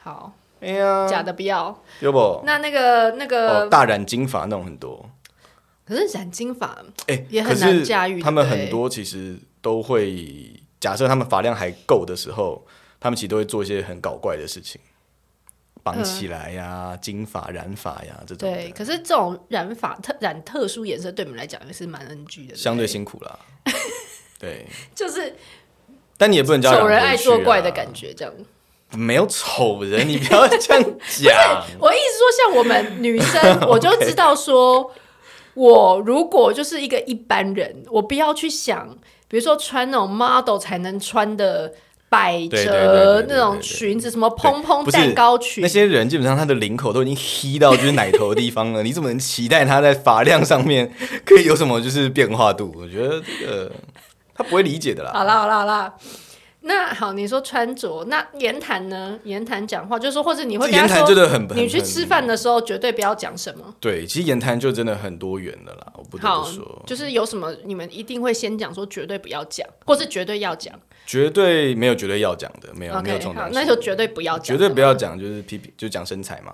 S2: 好？
S3: 哎呀，
S2: 假的不要。
S3: 有不？
S2: 那那个那个，
S3: 哦哦，大染金发那种很多，
S2: 可是染金发
S3: 哎，
S2: 也
S3: 可
S2: 很
S3: 是
S2: 难驾驭
S3: 他们
S2: 对不对
S3: 很多其实都会，假设他们发量还够的时候，他们其实都会做一些很搞怪的事情，绑起来呀、金发、染发呀这种的，
S2: 嗯对，可是这种染发特染特殊颜色，对你们来讲也是蛮 NG 的，
S3: 相
S2: 对
S3: 对
S2: 不
S3: 辛苦 啦。对，
S2: 对就是
S3: 但你也不能叫
S2: 丑人爱作怪的
S3: 觉。
S2: 感觉，这样。
S3: 啊没有丑人，你不要这 样讲。
S2: 我意思说，像我们女生，我就知道说，我如果就是一个一般人，我不要去想，比如说穿那种 model 才能穿的百
S3: 对对对对
S2: 褶
S3: 对
S2: 那种
S3: 对
S2: 裙子，什么蓬蓬
S3: 不是
S2: 蛋糕裙啊
S3: 那，些人基本上他的领口都已经黑到就是奶头的地方了，你怎么能期待他在发量上面 可以有什么就是变化度？我觉得这个他不会理解的啦。
S2: 好啦好啦好啦，那好，你说穿着，那言谈呢？言谈讲话，就是说，或者你会
S3: 这
S2: 跟他
S3: 言谈
S2: 说，
S3: 真的很很
S2: 你去
S3: 很
S2: 吃饭的时候绝对不要讲什么。
S3: 对，其实言谈就真的很多元的啦，我不得
S2: 好
S3: 不说，，
S2: 就是有什么你们一定会先讲，说绝对不要讲，或是绝对要讲。
S3: 绝对没有绝对要讲的，没有哎没有这
S2: OK，
S3: 种
S2: 好
S3: 东，西，
S2: 那就绝对不要讲，
S3: 绝对不要讲，就是批评就讲身材嘛，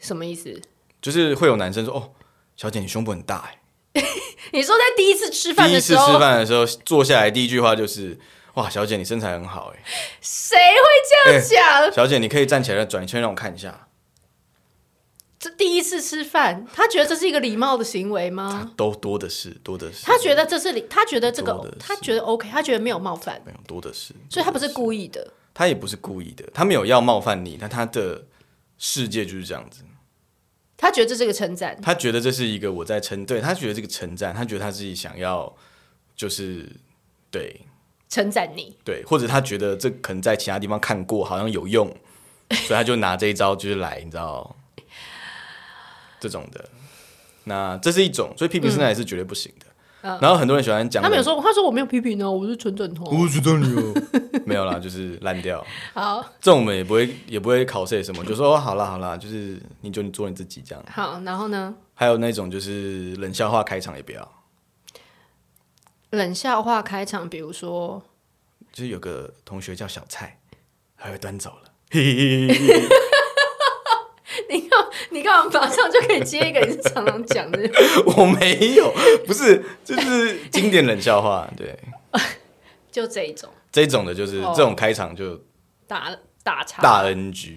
S2: 什么意思？
S3: 就是会有男生说哦，小姐你胸部很大哎、
S2: 你说在第一次吃饭
S3: 第
S2: 的
S3: 一次
S2: 时
S3: 吃
S2: 候，
S3: 饭的时候坐下来第一句话就是哇，小姐你身材很好哎、
S2: 谁会这样讲？
S3: 小姐，你可以站起来转一圈让我看一
S2: 啊
S3: 下，
S2: 这第一次吃饭，他觉得这是一个礼貌的行为吗？
S3: 啊都多的是，多的是。
S2: 他觉得这是礼，他觉得这
S3: 多
S2: 个
S3: 的，
S2: 他觉得 OK，他觉得没有冒犯，
S3: 没有多的是，
S2: 所以他不是
S3: 多的
S2: 故意的。
S3: 他也不是故意的，他没有要冒犯你，但他的世界就是这样子。
S2: 他觉得这是个称赞，
S3: 他觉得这是一个我在称，对他觉得这个称赞，他觉得他自己想要就是对
S2: 称赞你。
S3: 对，或者他觉得这可能在其他地方看过，好像有 用，所以他就拿这一招就是来，你知道这种的。那这是一种，所以批评身材是绝对不行的。然后很多人喜欢讲
S2: 嗯他们有
S3: 人
S2: 说，他说我没有批评哦，我是纯正头。
S3: 我知道你哦，没有啦，就是烂掉。
S2: 好
S3: 这种我们也不会也不会考试什么，就说哦好啦好啦，就是你就你做你自己这样。
S2: 好，然后呢？
S3: 还有那种就是冷笑话开场也不要，
S2: 冷笑话开场，比如说，
S3: 就是有个同学叫小蔡，他被端走了， 嘿嘿嘿嘿嘿
S2: 你干嘛马上就可以接一个你是常常讲的？
S3: 我没有，不是，就是经典冷笑话，对，
S2: 就这一种
S3: 这种的就是、
S2: 哦
S3: 这种开场就
S2: 打打岔。
S3: 大 NG，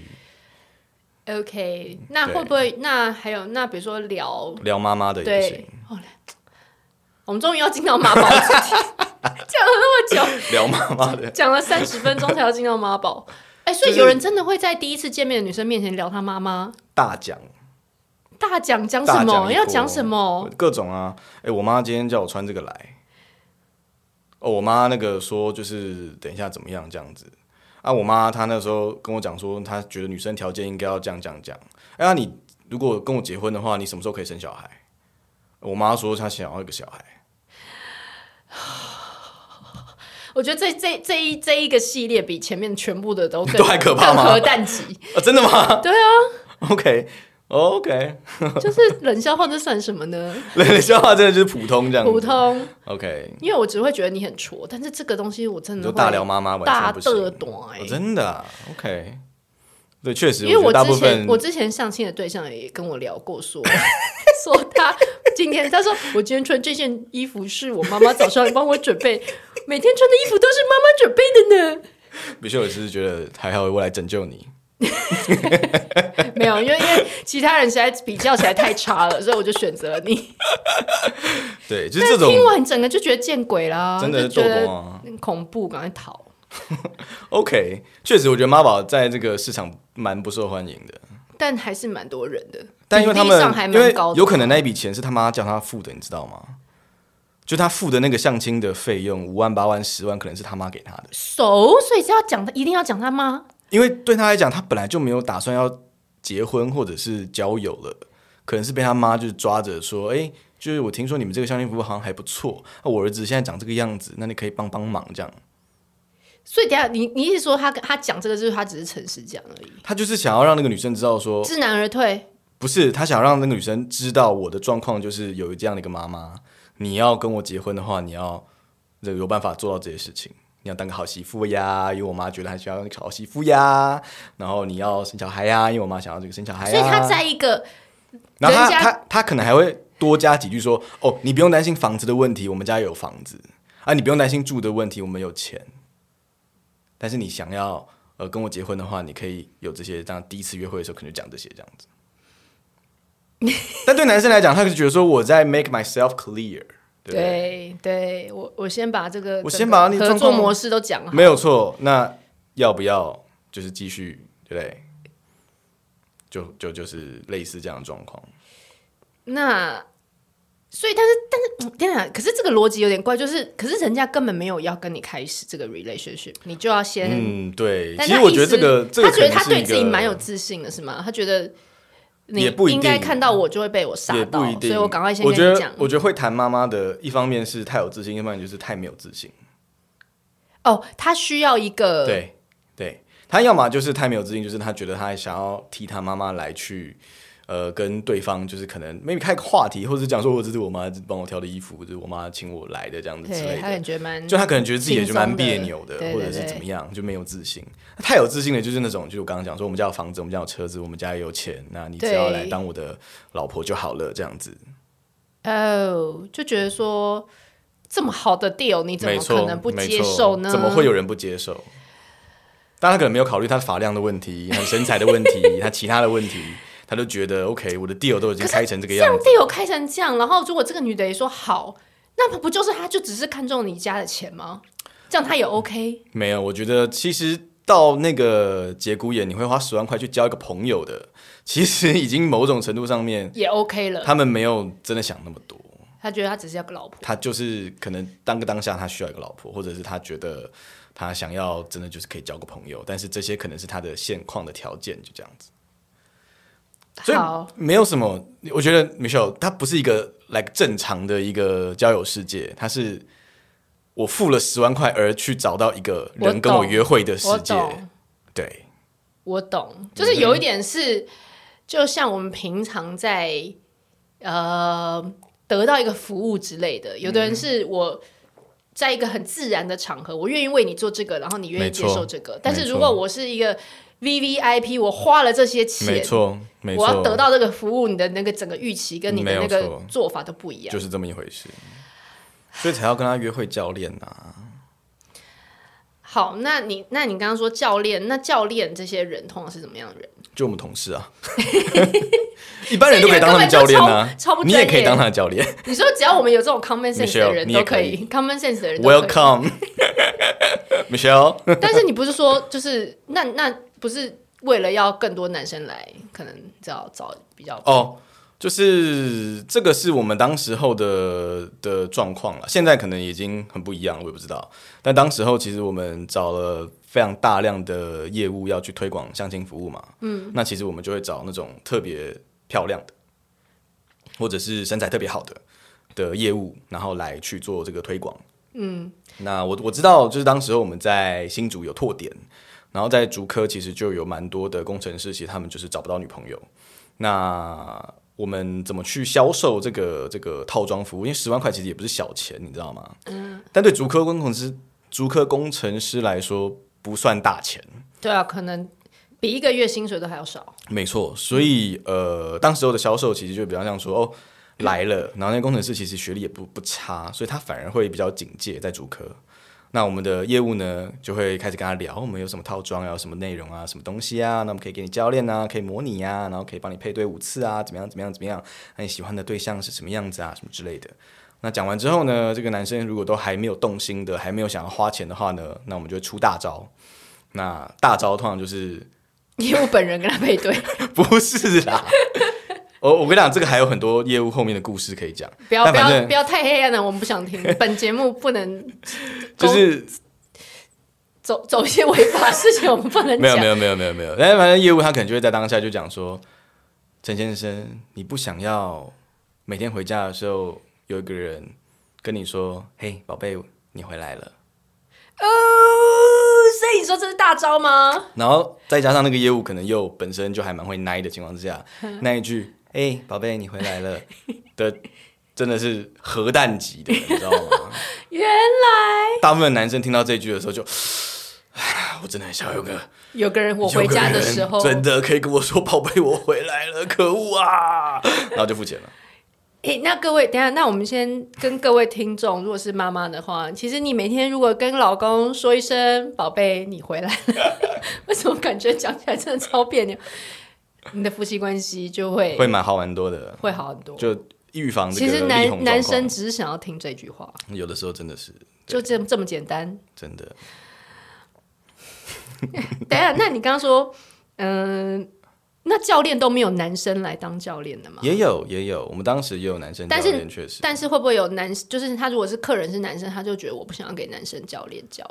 S2: OK，那
S3: 对
S2: 会不会？那还有那比如说聊，
S3: 聊妈妈的也不行
S2: 对，哦我们终于要进到妈宝主题， 讲了那么久，
S3: 聊妈妈的
S2: 讲了三十分钟才要进到妈宝。哎、所以
S3: 就是
S2: 有人真的会在第一次见面的女生面前聊她妈妈，
S3: 大奖。
S2: 大讲讲
S3: 大
S2: 什么？
S3: 一
S2: 要
S3: 波
S2: 讲什么？？
S3: 各种啊！哎、我妈今天叫我穿这个来。哦，我妈那个说就是等一下怎么样这样子啊？我妈她那时候跟我讲说，她觉得女生条件应该要这样这样这样。哎、呀，你如果跟我结婚的话，你什么时候可以生小孩？我妈说她想要一个小孩。
S2: 我觉得这这这一这一个系列比前面全部的都更
S3: 都还可怕吗
S2: 更核弹级，
S3: 啊，真的吗
S2: 对啊，
S3: ？OK。OK，
S2: 就是冷笑话，这算什么呢？
S3: 冷笑话真的就是普通这样子。
S2: 普通，
S3: OK，
S2: 因为我只会觉得你很挫，但是这个东西我真
S3: 你
S2: 的
S3: 就
S2: 会
S3: 大聊妈妈晚
S2: 大
S3: 上不行。
S2: 嘚短、欸
S3: 哦真的啊 OK，对，确实，
S2: 哎因为
S3: 我觉
S2: 我
S3: 得大部
S2: 之前
S3: 分
S2: 我之前相亲的对象也跟我聊过说， 说他今天他说我今天穿这件衣服是我妈妈早上帮我准备，每天穿的衣服都是妈妈准备的呢。
S3: 比修尔斯觉得还好，我来拯救你。
S2: 没有，因为因为其他人实在比较起来太差了，所以我就选择了你。
S3: 对，就是这种
S2: 听完整个就觉得见鬼啦，
S3: 真的是
S2: 就觉
S3: 做工啊
S2: 得恐怖，赶快逃。
S3: OK。确实，我觉得妈宝在这个市场蛮不受欢迎的，
S2: 但还是蛮多人的，
S3: 但因为他们
S2: 比例上还
S3: 因为
S2: 蛮高的，啊
S3: 有可能那一笔钱是他妈叫他付的，你知道吗？就他付的那个相亲的费用，五万、八万、十万，可能是他妈给他的。
S2: 熟，所以是要讲他，一定要讲他妈。
S3: 因为对他来讲，他本来就没有打算要结婚或者是交友了，可能是被他妈就是抓着说，哎、就是我听说你们这个相亲服务好像还不错，啊我儿子现在长这个样子，那你可以帮帮忙这样。
S2: 所以等一下你你一直说他他讲这个，就是他只是诚实讲而已，
S3: 他就是想要让那个女生知道说，
S2: 知难而退。
S3: 不是，他想让那个女生知道我的状况就是有这样的一个妈妈，你要跟我结婚的话，你要有办法做到这些事情。你要当个好媳妇呀，因为我妈觉得还需要好媳妇呀。然后你要生小孩呀，因为我妈想要这个生小孩
S2: 所
S3: 呀。
S2: 以他在一个
S3: 然后他
S2: 人家
S3: 他他可能还会多加几句说：“哦，你不用担心房子的问题，我们家有房子啊，你不用担心住的问题，我们有钱。但是你想要呃跟我结婚的话，你可以有这些，这样第一次约会的时候可能就讲这些这样 子。但对男生来讲，他就觉得说我在 make myself clear，对不对
S2: 对对，我我先把这个
S3: 我
S2: 整
S3: 先
S2: 个
S3: 把你
S2: 合
S3: 状
S2: 作
S3: 况
S2: 模式都讲好，
S3: 没有错。那要不要就是继续，对不对？就就就是类似这样的状况。
S2: 那所以，但是，但是，嗯天哪！可是这个逻辑有点怪，就是，可是人家根本没有要跟你开始这个 relationship，你就要先。
S3: 嗯，对。
S2: 但
S3: 其实
S2: 他
S3: 我
S2: 意
S3: 觉得这
S2: 思
S3: 个，这个
S2: 他觉得
S3: 可能
S2: 他
S3: 是
S2: 对
S3: 一
S2: 自己
S3: 个
S2: 蛮有自信的，是吗？他觉得你
S3: 也不一
S2: 应该
S3: 定
S2: 看到我就会被我吓
S3: 也
S2: 到
S3: 不一，定，
S2: 所以我赶快先
S3: 我
S2: 跟
S3: 觉
S2: 你
S3: 得
S2: 讲，。
S3: 我觉得会谈妈妈的，一方面是太有自信，一方面就是太没有自信。
S2: 哦，他需要一个
S3: 对，对他要么就是太没有自信，就是他觉得他想要替他妈妈来去，呃，跟对方就是可能 maybe 开个话题，或者是讲说我这是我妈帮我挑的衣服，这是我妈请我来的这样子之
S2: 对
S3: 类
S2: 他感
S3: 的。
S2: 觉蛮
S3: 就他可能觉得自己也就蛮
S2: 轻松的
S3: 别扭的，
S2: 对
S3: 或
S2: 对
S3: 者是
S2: 对
S3: 怎么样，就没有自信。太有自信的，就是那种，就是我刚刚讲说，我们家有房子，我们家有车子，我们家也有钱，那你只要
S2: 对
S3: 来当我的老婆就好了，这样子。
S2: 哦，就觉得说这么好的 deal，你怎
S3: 没
S2: 么
S3: 错，
S2: 可能不
S3: 没
S2: 接
S3: 错
S2: 受呢？
S3: 怎么会有人不接受？但他可能没有考虑他发量的问题、 他身材的问题、他其他的问题，他都觉得 OK，我的 deal 都已经开成这个
S2: 这
S3: 样
S2: 样
S3: 子，
S2: deal 开成这样，然后如果这个女的也说好，那不就是她就只是看中你家的钱吗？这样她也 OK，
S3: 没有。我觉得其实到那个节骨眼，你会花十万块去交一个朋友的，其实已经某种程度上面，
S2: 也 OK 了。
S3: 他们没有真的想那么多。
S2: 她觉得她只是要个老婆，
S3: 他就是可能当个当下他需要一个老婆，或者是他觉得他想要真的就是可以交个朋友，但是这些可能是他的现况的条件，就这样子。所以
S2: 好，
S3: 没有什么，我觉得 Michelle 它不是一个 like 正常的一个交友世界，它是我付了十万块而去找到一个人跟我约会的世
S2: 我
S3: 界。
S2: 懂，
S3: 对，
S2: 我懂，就是
S3: 嗯
S2: 有一点是，就像我们平常在呃得到一个服务之类的，有的
S3: 嗯
S2: 人是我。在一个很自然的场合，我愿意为你做这个，然后你愿意
S3: 没
S2: 接
S3: 错
S2: 受这个。但是
S3: 没
S2: 如
S3: 错
S2: 果我是一个 V V I P，我花了这些钱，
S3: 没错，没错，
S2: 我要得到这个服务，你的那个整个预期跟你的那
S3: 没有
S2: 个
S3: 错
S2: 做法都不一样
S3: 就。是这么一回事，所以才要跟他约会教练啊呐、
S2: 好，那你那你刚刚说教练，那教练这些人通常是怎么样的人？
S3: 就我们同 事啊。一般人都可以当他们教练啊，
S2: 这个根本就超超不专
S3: 你
S2: 业
S3: 也可以当他的教练。
S2: 你说只要我们有这种 common sense 的
S3: Michelle，
S2: 人
S3: 你
S2: 都
S3: 也
S2: 可
S3: 可
S2: 以
S3: 以
S2: common sense 的人都可以
S3: Welcome，Michelle。
S2: 但是你不是说就是那那不是为了要更多男生来，可能只要找比较
S3: 哦，就是这个是我们当时候的的状况了，现在可能已经很不一样了，我也不知道。但当时候其实我们找了非常大量的业务要去推广相亲服务嘛，嗯，那其实我们就会找那种特别漂亮的，或者是身材特别好的的业务，然后来去做这个推广。嗯，那我我知道，就是当时候我们在新竹有拓点。然后在竹科其实就有蛮多的工程师，其实他们就是找不到女朋友，那我们怎么去销售这个这个套装服务？因为十万块其实也不是小钱，你知道吗？嗯。但对竹科工程师、竹科工程师来说，不算大钱。
S2: 对啊，可能比一个月薪水都还要少。
S3: 没错，所以呃，当时候的销售其实就比较像说哦来了，然后那工程师其实学历也不不差，所以他反而会比较警戒在主科。那我们的业务呢，就会开始跟他聊，我们有什么套装啊，有什么内容啊，什么东西啊，那我们可以给你教练啊，可以模拟啊，然后可以帮你配对五次啊，怎么样怎么样怎么样，那你喜欢的对象是什么样子啊，什么之类的。那讲完之后呢，这个男生如果都还没有动心的，还没有想要花钱的话呢，那我们就会出大招。那大招通常就是
S2: 业务本人跟他配 对，
S3: 不是啦。我我跟你讲，这个还有很多业务后面的故事可以讲，
S2: 不要
S3: 但
S2: 不
S3: 反
S2: 要
S3: 正
S2: 不要太黑暗了，我们不想 听。本节目不能
S3: 就是
S2: 走走一些违法的事情，我们不能讲。
S3: 没有没有没有没有没有，但是反正业务他可能就会在当下就讲说，陈先生，你不想要每天回家的时候有一个人跟你说，嘿，宝贝，你回来了，
S2: 哦，所以你说这是大招吗？
S3: 然后再加上那个业务可能又本 身就还蛮会奶的情况之下，那一句，哎，宝贝，你回来了的真的是核弹级的，你知道吗？
S2: 原来
S3: 大部分男生听到这句的时候就， 唉我真的很想有个
S2: 有个人我回家的时候
S3: 有，个人真的可以跟我说宝贝，我回来了， 可恶啊！然后就付钱了。
S2: 诶，那各位，等一下，那我们先跟各位听众，如果是妈妈的话，其实你每天如果跟老公说一声“宝贝，你回来了”， 为什么感觉讲起来真的超别扭？你的夫妻关系就会
S3: 会蛮好玩多的，
S2: 会好很多。
S3: 就预防这
S2: 其实
S3: 个立红
S2: 男
S3: 状
S2: 男
S3: 况
S2: 生只是想要听这句话，
S3: 有的时候真的是
S2: 就这么这么简单。
S3: 真的，
S2: 等一下，那你刚刚说，嗯、那教练都没有男生来当教练的吗？
S3: 也有也有，我们当时也有男生教
S2: 但是
S3: 练，确实，
S2: 但是会不会有男，就是他如果是客人是男生，他就觉得我不想要给男生教练教，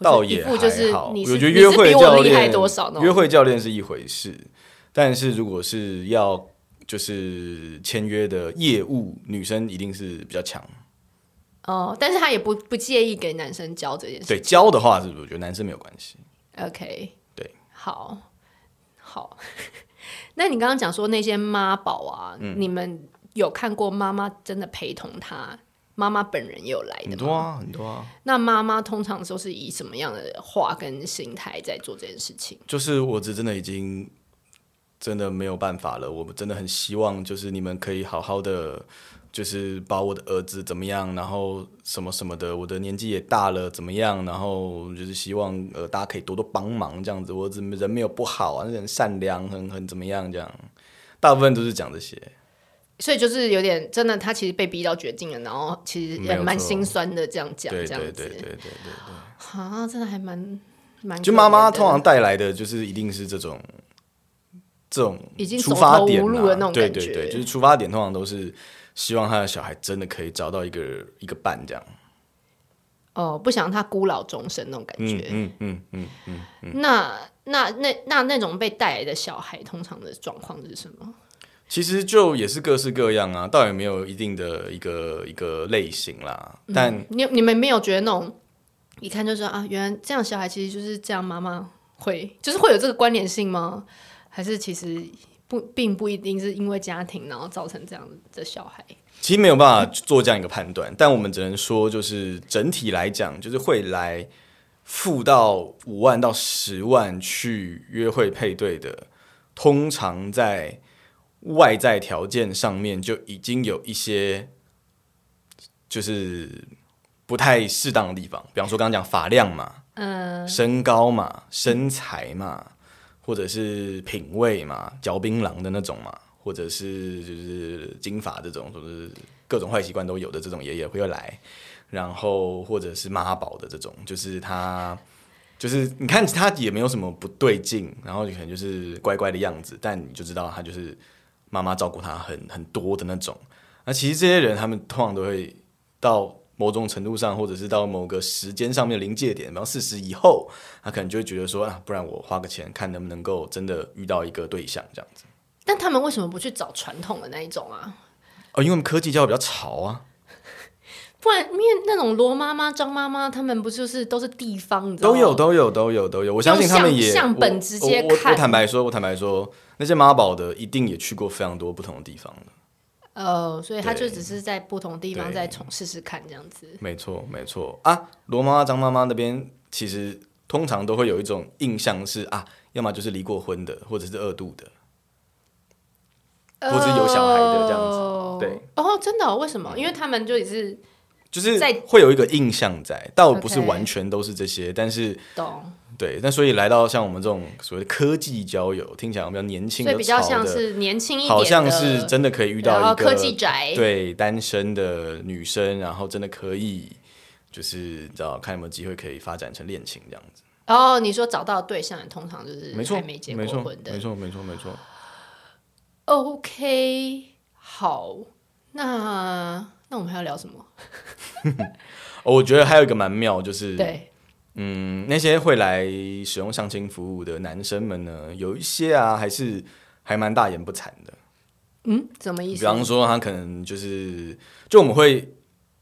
S3: 倒
S2: 或者一
S3: 也
S2: 副就是
S3: 还好。
S2: 你
S3: 我
S2: 是
S3: 觉得约会
S2: 你是比
S3: 教
S2: 我厉害
S3: 练
S2: 多少呢？
S3: 约会教练是一回事，但是如果是要就是签约的业务，女生一定是比较强。
S2: 哦，但是他也不不介意给男生教这件事。
S3: 对教的话，是不是我觉得男生没有关系？
S2: OK，
S3: 对，
S2: 好，好。 那你刚刚讲说那些妈宝啊，
S3: 嗯
S2: 你们有看过妈妈真的陪同他，妈妈本人也有来
S3: 很
S2: 的
S3: 多
S2: 吗？
S3: 啊，很多啊。
S2: 那妈妈通常都是以什么样的话跟心态在做这件事情？
S3: 就是我这真的已经真的没有办法了，我们真的很希望就是你们可以好好的，就是把我的儿子怎么样，然后什么什么的，我的年纪也大了怎么样，然后就是希望呃大家可以多多帮忙这样子，我怎么人没有不好啊，人善良，很很怎么样这样，大部分都是讲这些，
S2: 所以就是有点真的，他其实被逼到绝境了，然后其实
S3: 没
S2: 也
S3: 有
S2: 蛮
S3: 错
S2: 心酸的，这样讲
S3: 对
S2: 这
S3: 对
S2: 样
S3: 对对对
S2: 子
S3: 对对。
S2: 啊，真的还蛮蛮
S3: 就
S2: 可
S3: 妈妈
S2: 怜的
S3: 通常带来的就是一定是这种这种
S2: 已经
S3: 出发点、
S2: 走投
S3: 啊、
S2: 无路的那种
S3: 对
S2: 感觉
S3: 对对，就是出发点通常都是希望他的小孩真的可以找到一个一个伴这样。
S2: 哦，不想让他孤老终生那种感
S3: 嗯
S2: 觉。
S3: 嗯嗯嗯嗯，
S2: 那那那那那种被带来的小孩，通常的状况是什么？
S3: 其实就也是各式各样啊，倒也没有一定的一个一个类型啦。但、
S2: 你你们没有觉得那种一看就知道啊，原来这样小孩其实就是这样，妈妈会就是会有这个关联性吗？还是其实不并不一定是因为家庭然后造成这样的小孩？
S3: 其实没有办法做这样一个判断，但我们只能说，就是整体来讲，就是会来付到五万到十万去约会配对的，通常在外在条件上面就已经有一些就是不太适当的地方，比方说刚刚讲发量嘛，嗯，身高嘛，身材嘛，或者是品味嘛，嚼槟榔的那种嘛，或者是就是金发这种，就是各种坏习惯都有的这种爷爷会来，然后或者是妈宝的这种，就是他。就是你看他也没有什么不对劲，然后你可能就是乖乖的样子，但你就知道他就是妈妈照顾他很很多的那种。那其实这些人他们通常都会到某种程度上，或者是到某个时间上面的临界点，然后四十以后，他可能就会觉得说啊，不然我花个钱看能不能够真的遇到一个对象这样子。
S2: 但他们为什么不去找传统的那一种啊？
S3: 哦，因为我们科技教育比较潮啊，
S2: 哦不然，因为那种罗妈妈、张妈妈，他们不就是都是地方，你知道吗
S3: 都有都有都有都有，我相信他们也
S2: 用相相本直接
S3: 我我我
S2: 看
S3: 我坦白说，我坦白说，那些妈宝的一定也去过非常多不同的地方了。
S2: 呃，所以他就
S3: 对
S2: 只是在不同地方
S3: 对
S2: 再重试试看这样子。
S3: 没错，没错啊。罗妈妈、张妈妈那边其实通常都会有一种印象是啊，要么就是离过婚的，或者是二度的，或者是有小孩的这样子。
S2: 哦
S3: 对，嗯
S2: 哦，真的哦、为什么？因为他们就也是
S3: 就是
S2: 在
S3: 会有一个印象在，倒不是
S2: OK
S3: 完全都是这些但是
S2: 懂，
S3: 对，那所以来到像我们这种所谓的科技交友，听起来我们比较年轻
S2: 所
S3: 的，
S2: 以比较
S3: 潮
S2: 像
S3: 的
S2: 是年轻一点的，
S3: 好像是真的可以遇到
S2: 然后
S3: 一个
S2: 科技宅
S3: 对单身的女生，然后真的可以就是你知道看有没有机会可以发展成恋情这样子，
S2: 哦，你说找到对象，通常就是
S3: 没错，
S2: 还没结
S3: 没
S2: 过
S3: 错
S2: 婚的，
S3: 没错，没错，没错。
S2: OK，好，那那我们还要聊什么？
S3: 哦，我觉得还有一个蛮妙，就是
S2: 对，
S3: 嗯，那些会来使用相亲服务的男生们呢，有一些啊，还是还蛮大言不惭的。
S2: 嗯，什么意
S3: 比
S2: 思？
S3: 方说，他可能就是，就我们会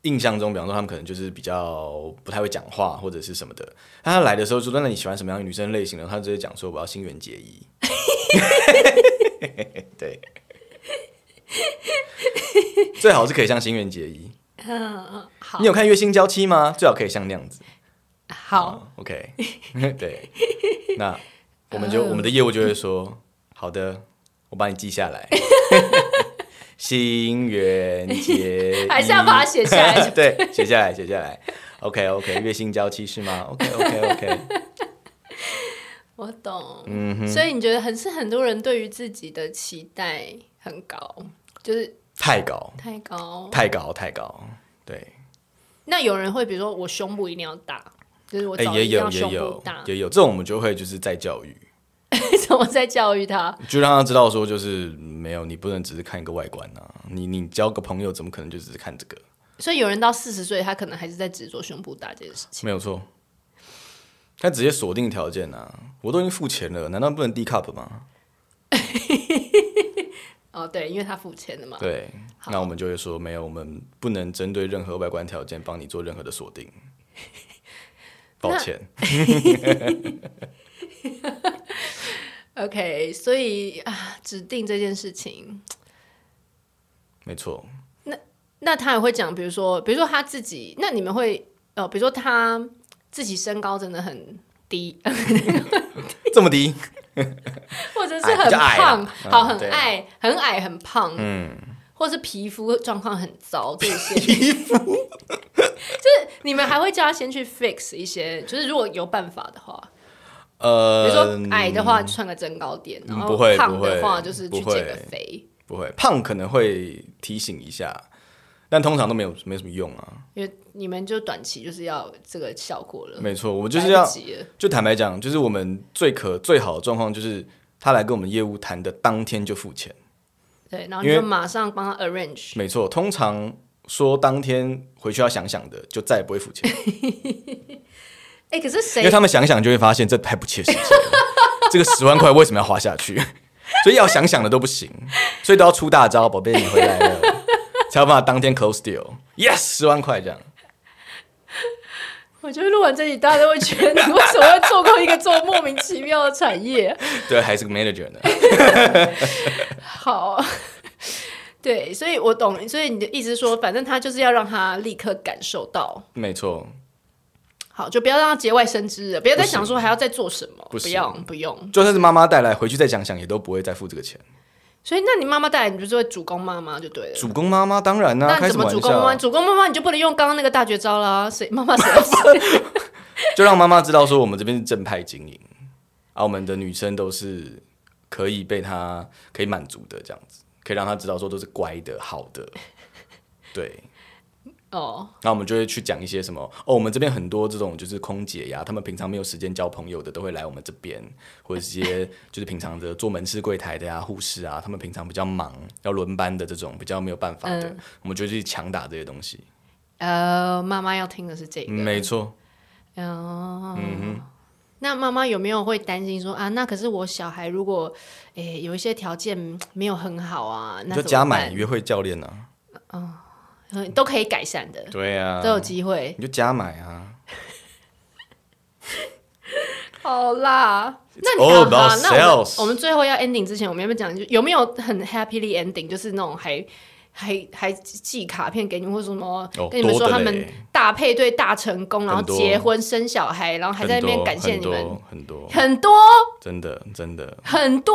S3: 印象中，比方说他们可能就是比较不太会讲话或者是什么的。他来的时候就说：“那你喜欢什么样的女生类型呢？”他直接 讲说：“我要心猿结衣。”对，最好是可以像新垣结衣。
S2: 嗯，好
S3: 你，有看《月薪娇妻》吗？最好可以像那样子。
S2: 好，
S3: 啊 ，OK，对，那我们就、
S2: 嗯
S3: 我们的业务就会说，好的，我把你记下 来。新垣结衣，
S2: 还是要把它写下来
S3: 对，写下来，写下来。OK OK，月薪娇妻是吗？OK OK OK，
S2: 我懂。
S3: 嗯哼，
S2: 所以你觉得很是很多人对于自己的期待很高，就是
S3: 太高，
S2: 太高。
S3: 太高，太高，对，
S2: 那有人会比如说我胸部一定要大，就是我
S3: 哎、
S2: 早
S3: 也
S2: 一定
S3: 有
S2: 要
S3: 也
S2: 胸部
S3: 有
S2: 大，
S3: 也有这种，我们就会就是在教育，
S2: 怎么在教育他？
S3: 就让他知道说，就是没有，你不能只是看一个外观啊，你你交个朋友，怎么可能就只是看这个？
S2: 所以有人到四十岁，他可能还是在执着胸部大这件事情。
S3: 没有错，他直接锁定条件啊！我都已经付钱了，难道不能 D cup 吗？
S2: 哦，对，因为他付钱的嘛。
S3: 对，那我们就会说没有，我们不能针对任何外观条件帮你做任何的 锁定。抱歉，
S2: OK，所以啊，指定这件事情，
S3: 没错，
S2: 那他也会讲，比如说，比如说他自己，那你们会呃，比如说他自己身高真的很低，
S3: 这么低，
S2: 或者是
S3: 矮
S2: 很
S3: 比较矮
S2: 胖，
S3: 啦嗯
S2: 好，很
S3: 对
S2: 矮，很矮，很胖，嗯，或是皮肤状况很糟，这 些皮肤， 就是你们还会叫他先去 fix 一些，就是如果有办法的话，比
S3: 呃，
S2: 如说矮的话穿个增高垫，然
S3: 嗯
S2: 后
S3: 不会
S2: 胖
S3: 不
S2: 的
S3: 会
S2: 话就是去
S3: 不会
S2: 减个肥，
S3: 不会胖可能会提醒一下，但通常都没有没什么用啊。
S2: 因为你们就短期就是要这个效果了，
S3: 没错，我们就
S2: 嗯
S3: 是
S2: 来
S3: 要
S2: 不及了
S3: 就坦白讲，就是我们最可最好的状况就是他来跟我们业务谈的当天就付钱。
S2: 对，然后你
S3: 因为
S2: 就马上帮他 arrange，
S3: 没错，通常说当天回去要想想的，就再也不会付 钱，
S2: 哎、可是
S3: 因
S2: 谁
S3: 为他们想想就会发现这太不切实 际了。这个十万块为什么要花下去？ 所以要想想的都不行，所以都要出大招，宝贝你回来 了，才有办法当天 close deal，yes 十万块这样。
S2: 我觉得录完这集，大家都会觉得你为什么会做过一个做莫名其妙的产业？
S3: 对，还是个 manager 呢。
S2: 好， 对，所以我懂，所以你的意思是说，反正他就是要让他立刻感受到，
S3: 没错，
S2: 好，就不要让他节外生枝了，不要再想说还要再做什么，
S3: 不
S2: 不
S3: 行
S2: 用不用。
S3: 就算是妈妈带来，回去再想想也都不会再付这个钱。
S2: 所以，那你妈妈带来，你就是会主攻妈妈就对了。
S3: 主公妈妈当然啦、
S2: 那
S3: 开
S2: 你
S3: 什
S2: 怎么
S3: 玩
S2: 主攻妈妈？
S3: 笑？啊
S2: 主攻妈妈你就不能用刚刚那个大绝招啦，谁妈妈谁要 死？
S3: 就让妈妈知道说我们这边是正派经营，啊，我们的女生都是可以被她可以满足的这样子，可以让她知道说都是乖的、好的，对。
S2: 哦，
S3: 那我们就会去讲一些什么哦，我们这边很多这种就是空姐呀，她们平常没有时间交朋友的，都会来我们这边，或者是一 些就是平常的做门市柜台的呀、护士啊，她们平常比较忙，要轮班的这种比较没有办法
S2: 嗯
S3: 的，我们就去强打这些东西。
S2: 呃，妈妈要听的是这个，
S3: 没嗯错，
S2: 哦，那妈妈有没有会担心说啊？那可是我小孩如果诶、有一些条件嗯没有很好啊，
S3: 你
S2: 那
S3: 就
S2: 怎
S3: 加
S2: 么
S3: 满
S2: 办？
S3: 约会教练啊，
S2: 嗯都可以改善的，
S3: 对啊
S2: 都有机会。
S3: 你就加买啊。
S2: 好啦，那
S3: all
S2: 你好啦
S3: about
S2: 那我们
S3: sales
S2: 我们最后要 ending 之前，我们要不要讲就有没有很 happily ending，就是那种还。还还寄卡片给你，或者什么、
S3: 哦
S2: 跟你们
S3: 多
S2: 说
S3: 的
S2: 他们
S3: 嘞
S2: 大配对大成功，然后
S3: 很多
S2: 结婚生小孩，然后还在那边感谢你们，
S3: 很多，很多
S2: 很多
S3: 真的，真的，
S2: 很多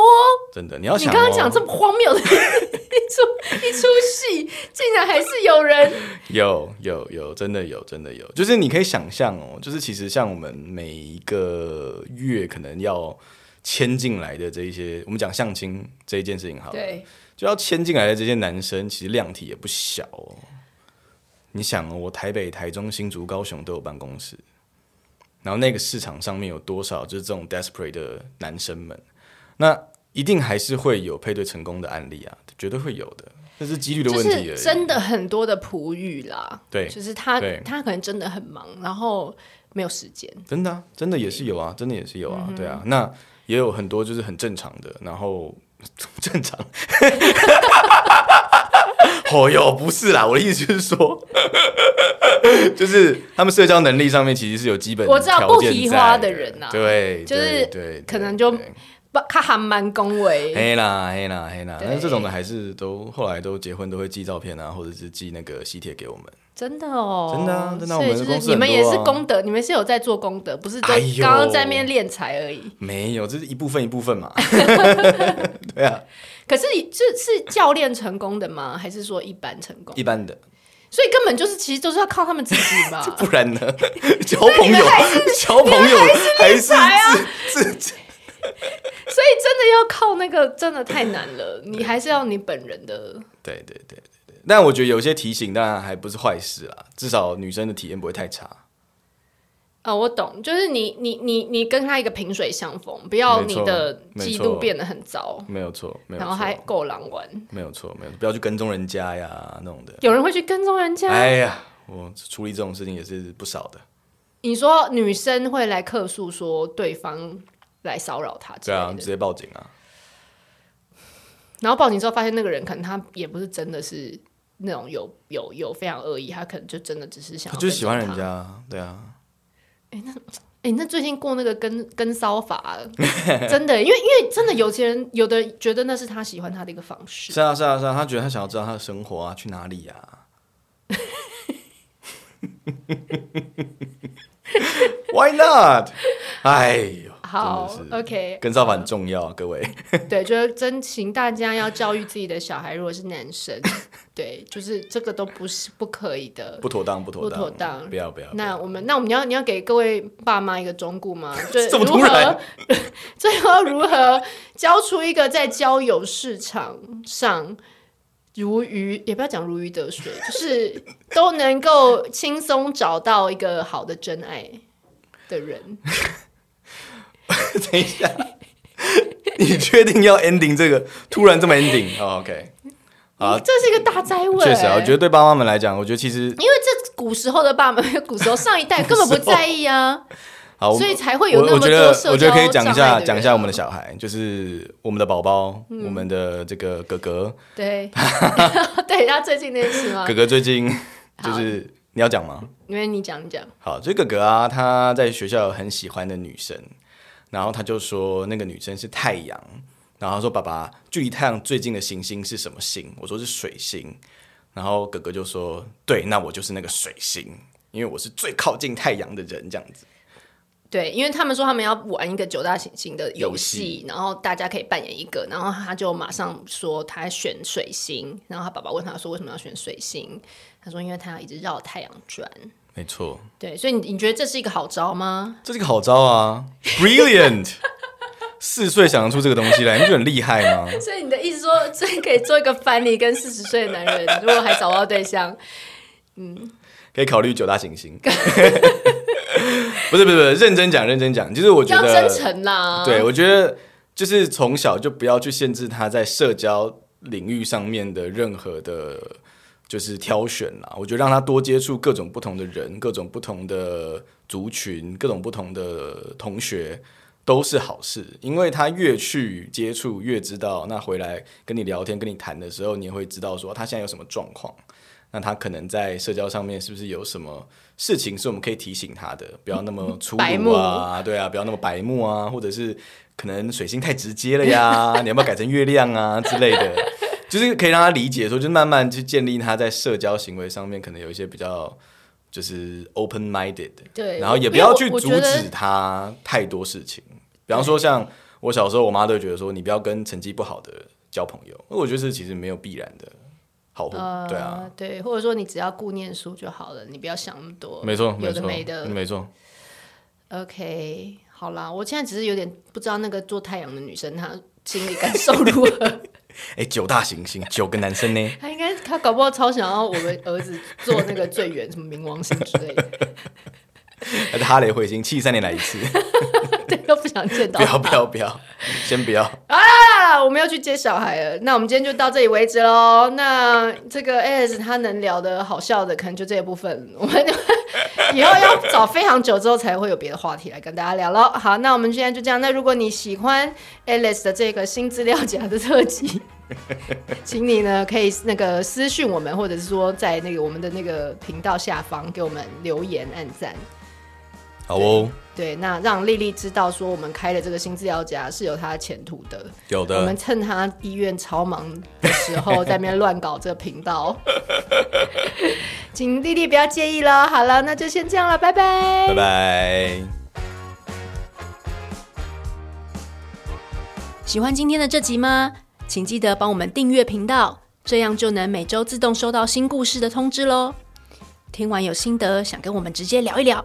S3: 真的，你要
S2: 你
S3: 想、哦，
S2: 刚刚讲这么荒谬的 一出一出戏，竟然还是有人
S3: 有有有，真的有，真的有，就是你可以想象哦，就是其实像我们每一个月可能要签进来的这一些，我们讲相亲这一件事情好了，
S2: 对，
S3: 就要签进来的这些男生，其实量体也不小哦。你想哦，我台北、台中、新竹、高雄都有办公室，然后那个市场上面有多少就是这种 desperate 的男生们？那一定还是会有配对成功的案例啊，绝对会有的，这是几率的
S2: 就
S3: 问题而
S2: 是
S3: 已。
S2: 真的很多的璞玉啦。
S3: 对
S2: 就是他
S3: 对
S2: 他可能真的很忙，然后没有时间。
S3: 真的、啊，真的也是有啊，真的也是
S2: 嗯
S3: 有啊，对啊，那也有很多就是很正常的，然后 正常。哦哟，不是啦，我的意思就是说，就是他们社交能力上面其实是有基本
S2: 我知道
S3: 条件
S2: 不提花
S3: 在
S2: 的人啊
S3: 对，
S2: 就是
S3: 对对
S2: 可能就
S3: 对
S2: 不，他还蛮恭维。
S3: 黑啦黑啦黑啦，
S2: 对
S3: 但是这种的还是都后来都结婚都会寄照片啊，或者是寄那个喜帖给我们。
S2: 真的哦，
S3: 真的啊真的啊
S2: 所以
S3: 我
S2: 就
S3: 们的
S2: 是
S3: 公司
S2: 你们也是
S3: 很多啊
S2: 功德，你们是有在做功德，不是就
S3: 哎呦
S2: 刚刚在面练财而已。
S3: 没有，这是一部分一部分嘛。 对啊，
S2: 可是是是教练成功的吗？还是说一般成功
S3: 一？般的，
S2: 所以根本就是其实都是要靠他们自己 吧。
S3: 不然呢？交朋友， 交朋友还是啊自自 己
S2: 所以真的要靠那个真的太难了，你还是要你本人的。
S3: 对对对对对。但我觉得有些提醒当然还不是坏事啦，至少女生的体验不会太差。
S2: 啊、我懂，就是你你你你跟他一个平水相逢，不要你的
S3: 没错
S2: 嫉
S3: 没
S2: 妒
S3: 错
S2: 变得很糟，
S3: 没有错，没有
S2: 然后
S3: 错，
S2: 还够狼玩。
S3: 没有错，没有错不要去跟踪人家呀那种的。
S2: 有人会去跟踪人家？
S3: 哎呀，我处理这种事情也是不少的。
S2: 你说女生会来客诉说对方来骚扰她之
S3: 对
S2: 类
S3: 啊，
S2: 的，
S3: 直接报警啊。
S2: 然后报警之后发现那个人可能他也不是真的是那种有有有非常恶意，他可能就真的只是想
S3: 他
S2: 要
S3: 就是喜欢
S2: 跟踪
S3: 人
S2: 她。
S3: 家啊，对啊，
S2: 哎、那最近过那个跟跟骚法，真的，因为因为真的有些人有的觉得那是他喜欢他的一个方 式，
S3: 是啊，是啊，是啊，他觉得他想要知道他的生活啊，去哪里啊。Why not？哎呦，
S2: 好
S3: 真的是
S2: ，OK，
S3: 跟造反重要，啊 各位。
S2: 对，就是真情，大家要教育自己的小孩，如果是男生，对，就是这个都不是不可以的。
S3: 不妥当，不妥当，
S2: 不妥当
S3: 不要不要。不要
S2: 那我们那我们要你要给各位爸妈一个忠告吗？就
S3: 这么
S2: 如
S3: 突然
S2: 何 最后如何教出一个在交友市场上如鱼也不要讲如鱼得水，就是都能够轻松找到一个好的真爱的 人。
S3: 等一下，你确定要 ending 这个？突然这么 ending？OK，、啊
S2: 嗯这是一个大灾问、
S3: 确实啊，我觉得对爸妈们来讲，我觉得其实
S2: 因为这古时候的爸妈，古时候上一代根本不在意啊，
S3: 好，我
S2: 所以才会有那
S3: 我我
S2: 么
S3: 觉
S2: 多
S3: 得
S2: 社交
S3: 我觉得可以讲一
S2: 障碍的
S3: 下
S2: 人
S3: 讲一下我们的小孩，就是我们的宝宝，
S2: 嗯
S3: 我们的这个哥哥，
S2: 对，对他最近那件事吗
S3: 哥？哥最近就是你要讲吗？
S2: 因为你讲你讲，
S3: 好，这个哥哥啊，他在学校有很喜欢的女生，然后他就说那个女生是太阳，然后他说爸爸，距离太阳最近的行星是什么星？我说是水星，然后哥哥就说对，那我就是那个水星，因为我是最靠近太阳的人，这样子。
S2: 对，因为他们说他们要玩一个九大行星的游
S3: 游
S2: 戏，然后大家可以扮演一个，然后他就马上说他选水星，然后他爸爸问他说为什么要选水星，他说因为他要一直绕太阳转。
S3: 没错，
S2: 对，所以你你觉得这是一个好招吗？
S3: 这是个好招啊，brilliant！四岁想得出这个东西来，你不觉得很厉害吗？
S2: 所以你的意思说，这可以做一个翻译，跟四十岁的男人，如果还找不到对象，
S3: 可以考虑九大行星。 不是不是不是，认真讲认真讲，就是我觉
S2: 要
S3: 得
S2: 真诚啦。
S3: 对，我觉得就是从小就不要去限制他在社交领域上面的任何的，就是挑选啦。我觉得让他多接触各种不同的人、各种不同的族群、各种不同的同学。都是好事，因为他越去接触，越知道。那回来跟你聊天、跟你谈的时候，你也会知道说他现在有什么状况。那他可能在社交上面是不是有什么事情是我们可以提醒他的？不要那么粗
S2: 白
S3: 鲁
S2: 目
S3: 啊，对啊，不要那么白目啊，或者是可能水星太直接了呀，你 要不要改成月亮啊之类的？就是可以让他理解说，就是慢慢去建立他在社交行为上面可能有一些比较就是 open minded，
S2: 对
S3: 然后也
S2: 我
S3: 不要去
S2: 我我
S3: 阻
S2: 觉得
S3: 止他太多事情。比方说，像我小时候，我妈都会觉得说，你不要跟成绩不好的交朋友。我觉得这其实没有必然的好处，
S2: 呃，
S3: 对啊，
S2: 对，或者说你只要顾念书就好了，你不要想那么多，
S3: 没错，
S2: 有
S3: 嗯没
S2: 的
S3: 错，
S2: 没的。
S3: 没错。
S2: OK，好啦，我现在只是有点不知道那个做太阳的女生她心理感受如何，
S3: 哎，九大行星，九个男生呢？
S2: 她应该她搞不好超想要我们儿子做那个最远什么冥王星之类的，
S3: 还是哈雷彗星，七十三年来一次。
S2: 对，都不想见到
S3: 不。要不要不要，先不要。
S2: 啊，我们要去接小孩了，那我们今天就到这里为止喽。那这个 AS 他能聊的好笑的，可能就这一部分，我们以后要找非常久之后才会有别的话题来跟大家聊喽。好，那我们现在就这样。那如果你喜欢 AS 的这个新资料夹的特辑， 请你呢可以那个私讯我们，或者是说在那个我们的那个频道下方给我们留言、按赞。
S3: 好哦，
S2: 对，那让丽丽知道说我们开的这个新治疗家是有它的前途的。
S3: 有
S2: 我们
S3: 的，
S2: 趁她医院超忙的时候，在那边乱搞这个频道， 请丽丽不要介意了。好了，那就先这样了，拜拜
S3: 拜拜。
S2: 喜欢今天的这集吗？请记得帮我们订阅频道，这样就能每周自动收到新故事的通知喽。听完有心得，想跟我们直接聊一聊，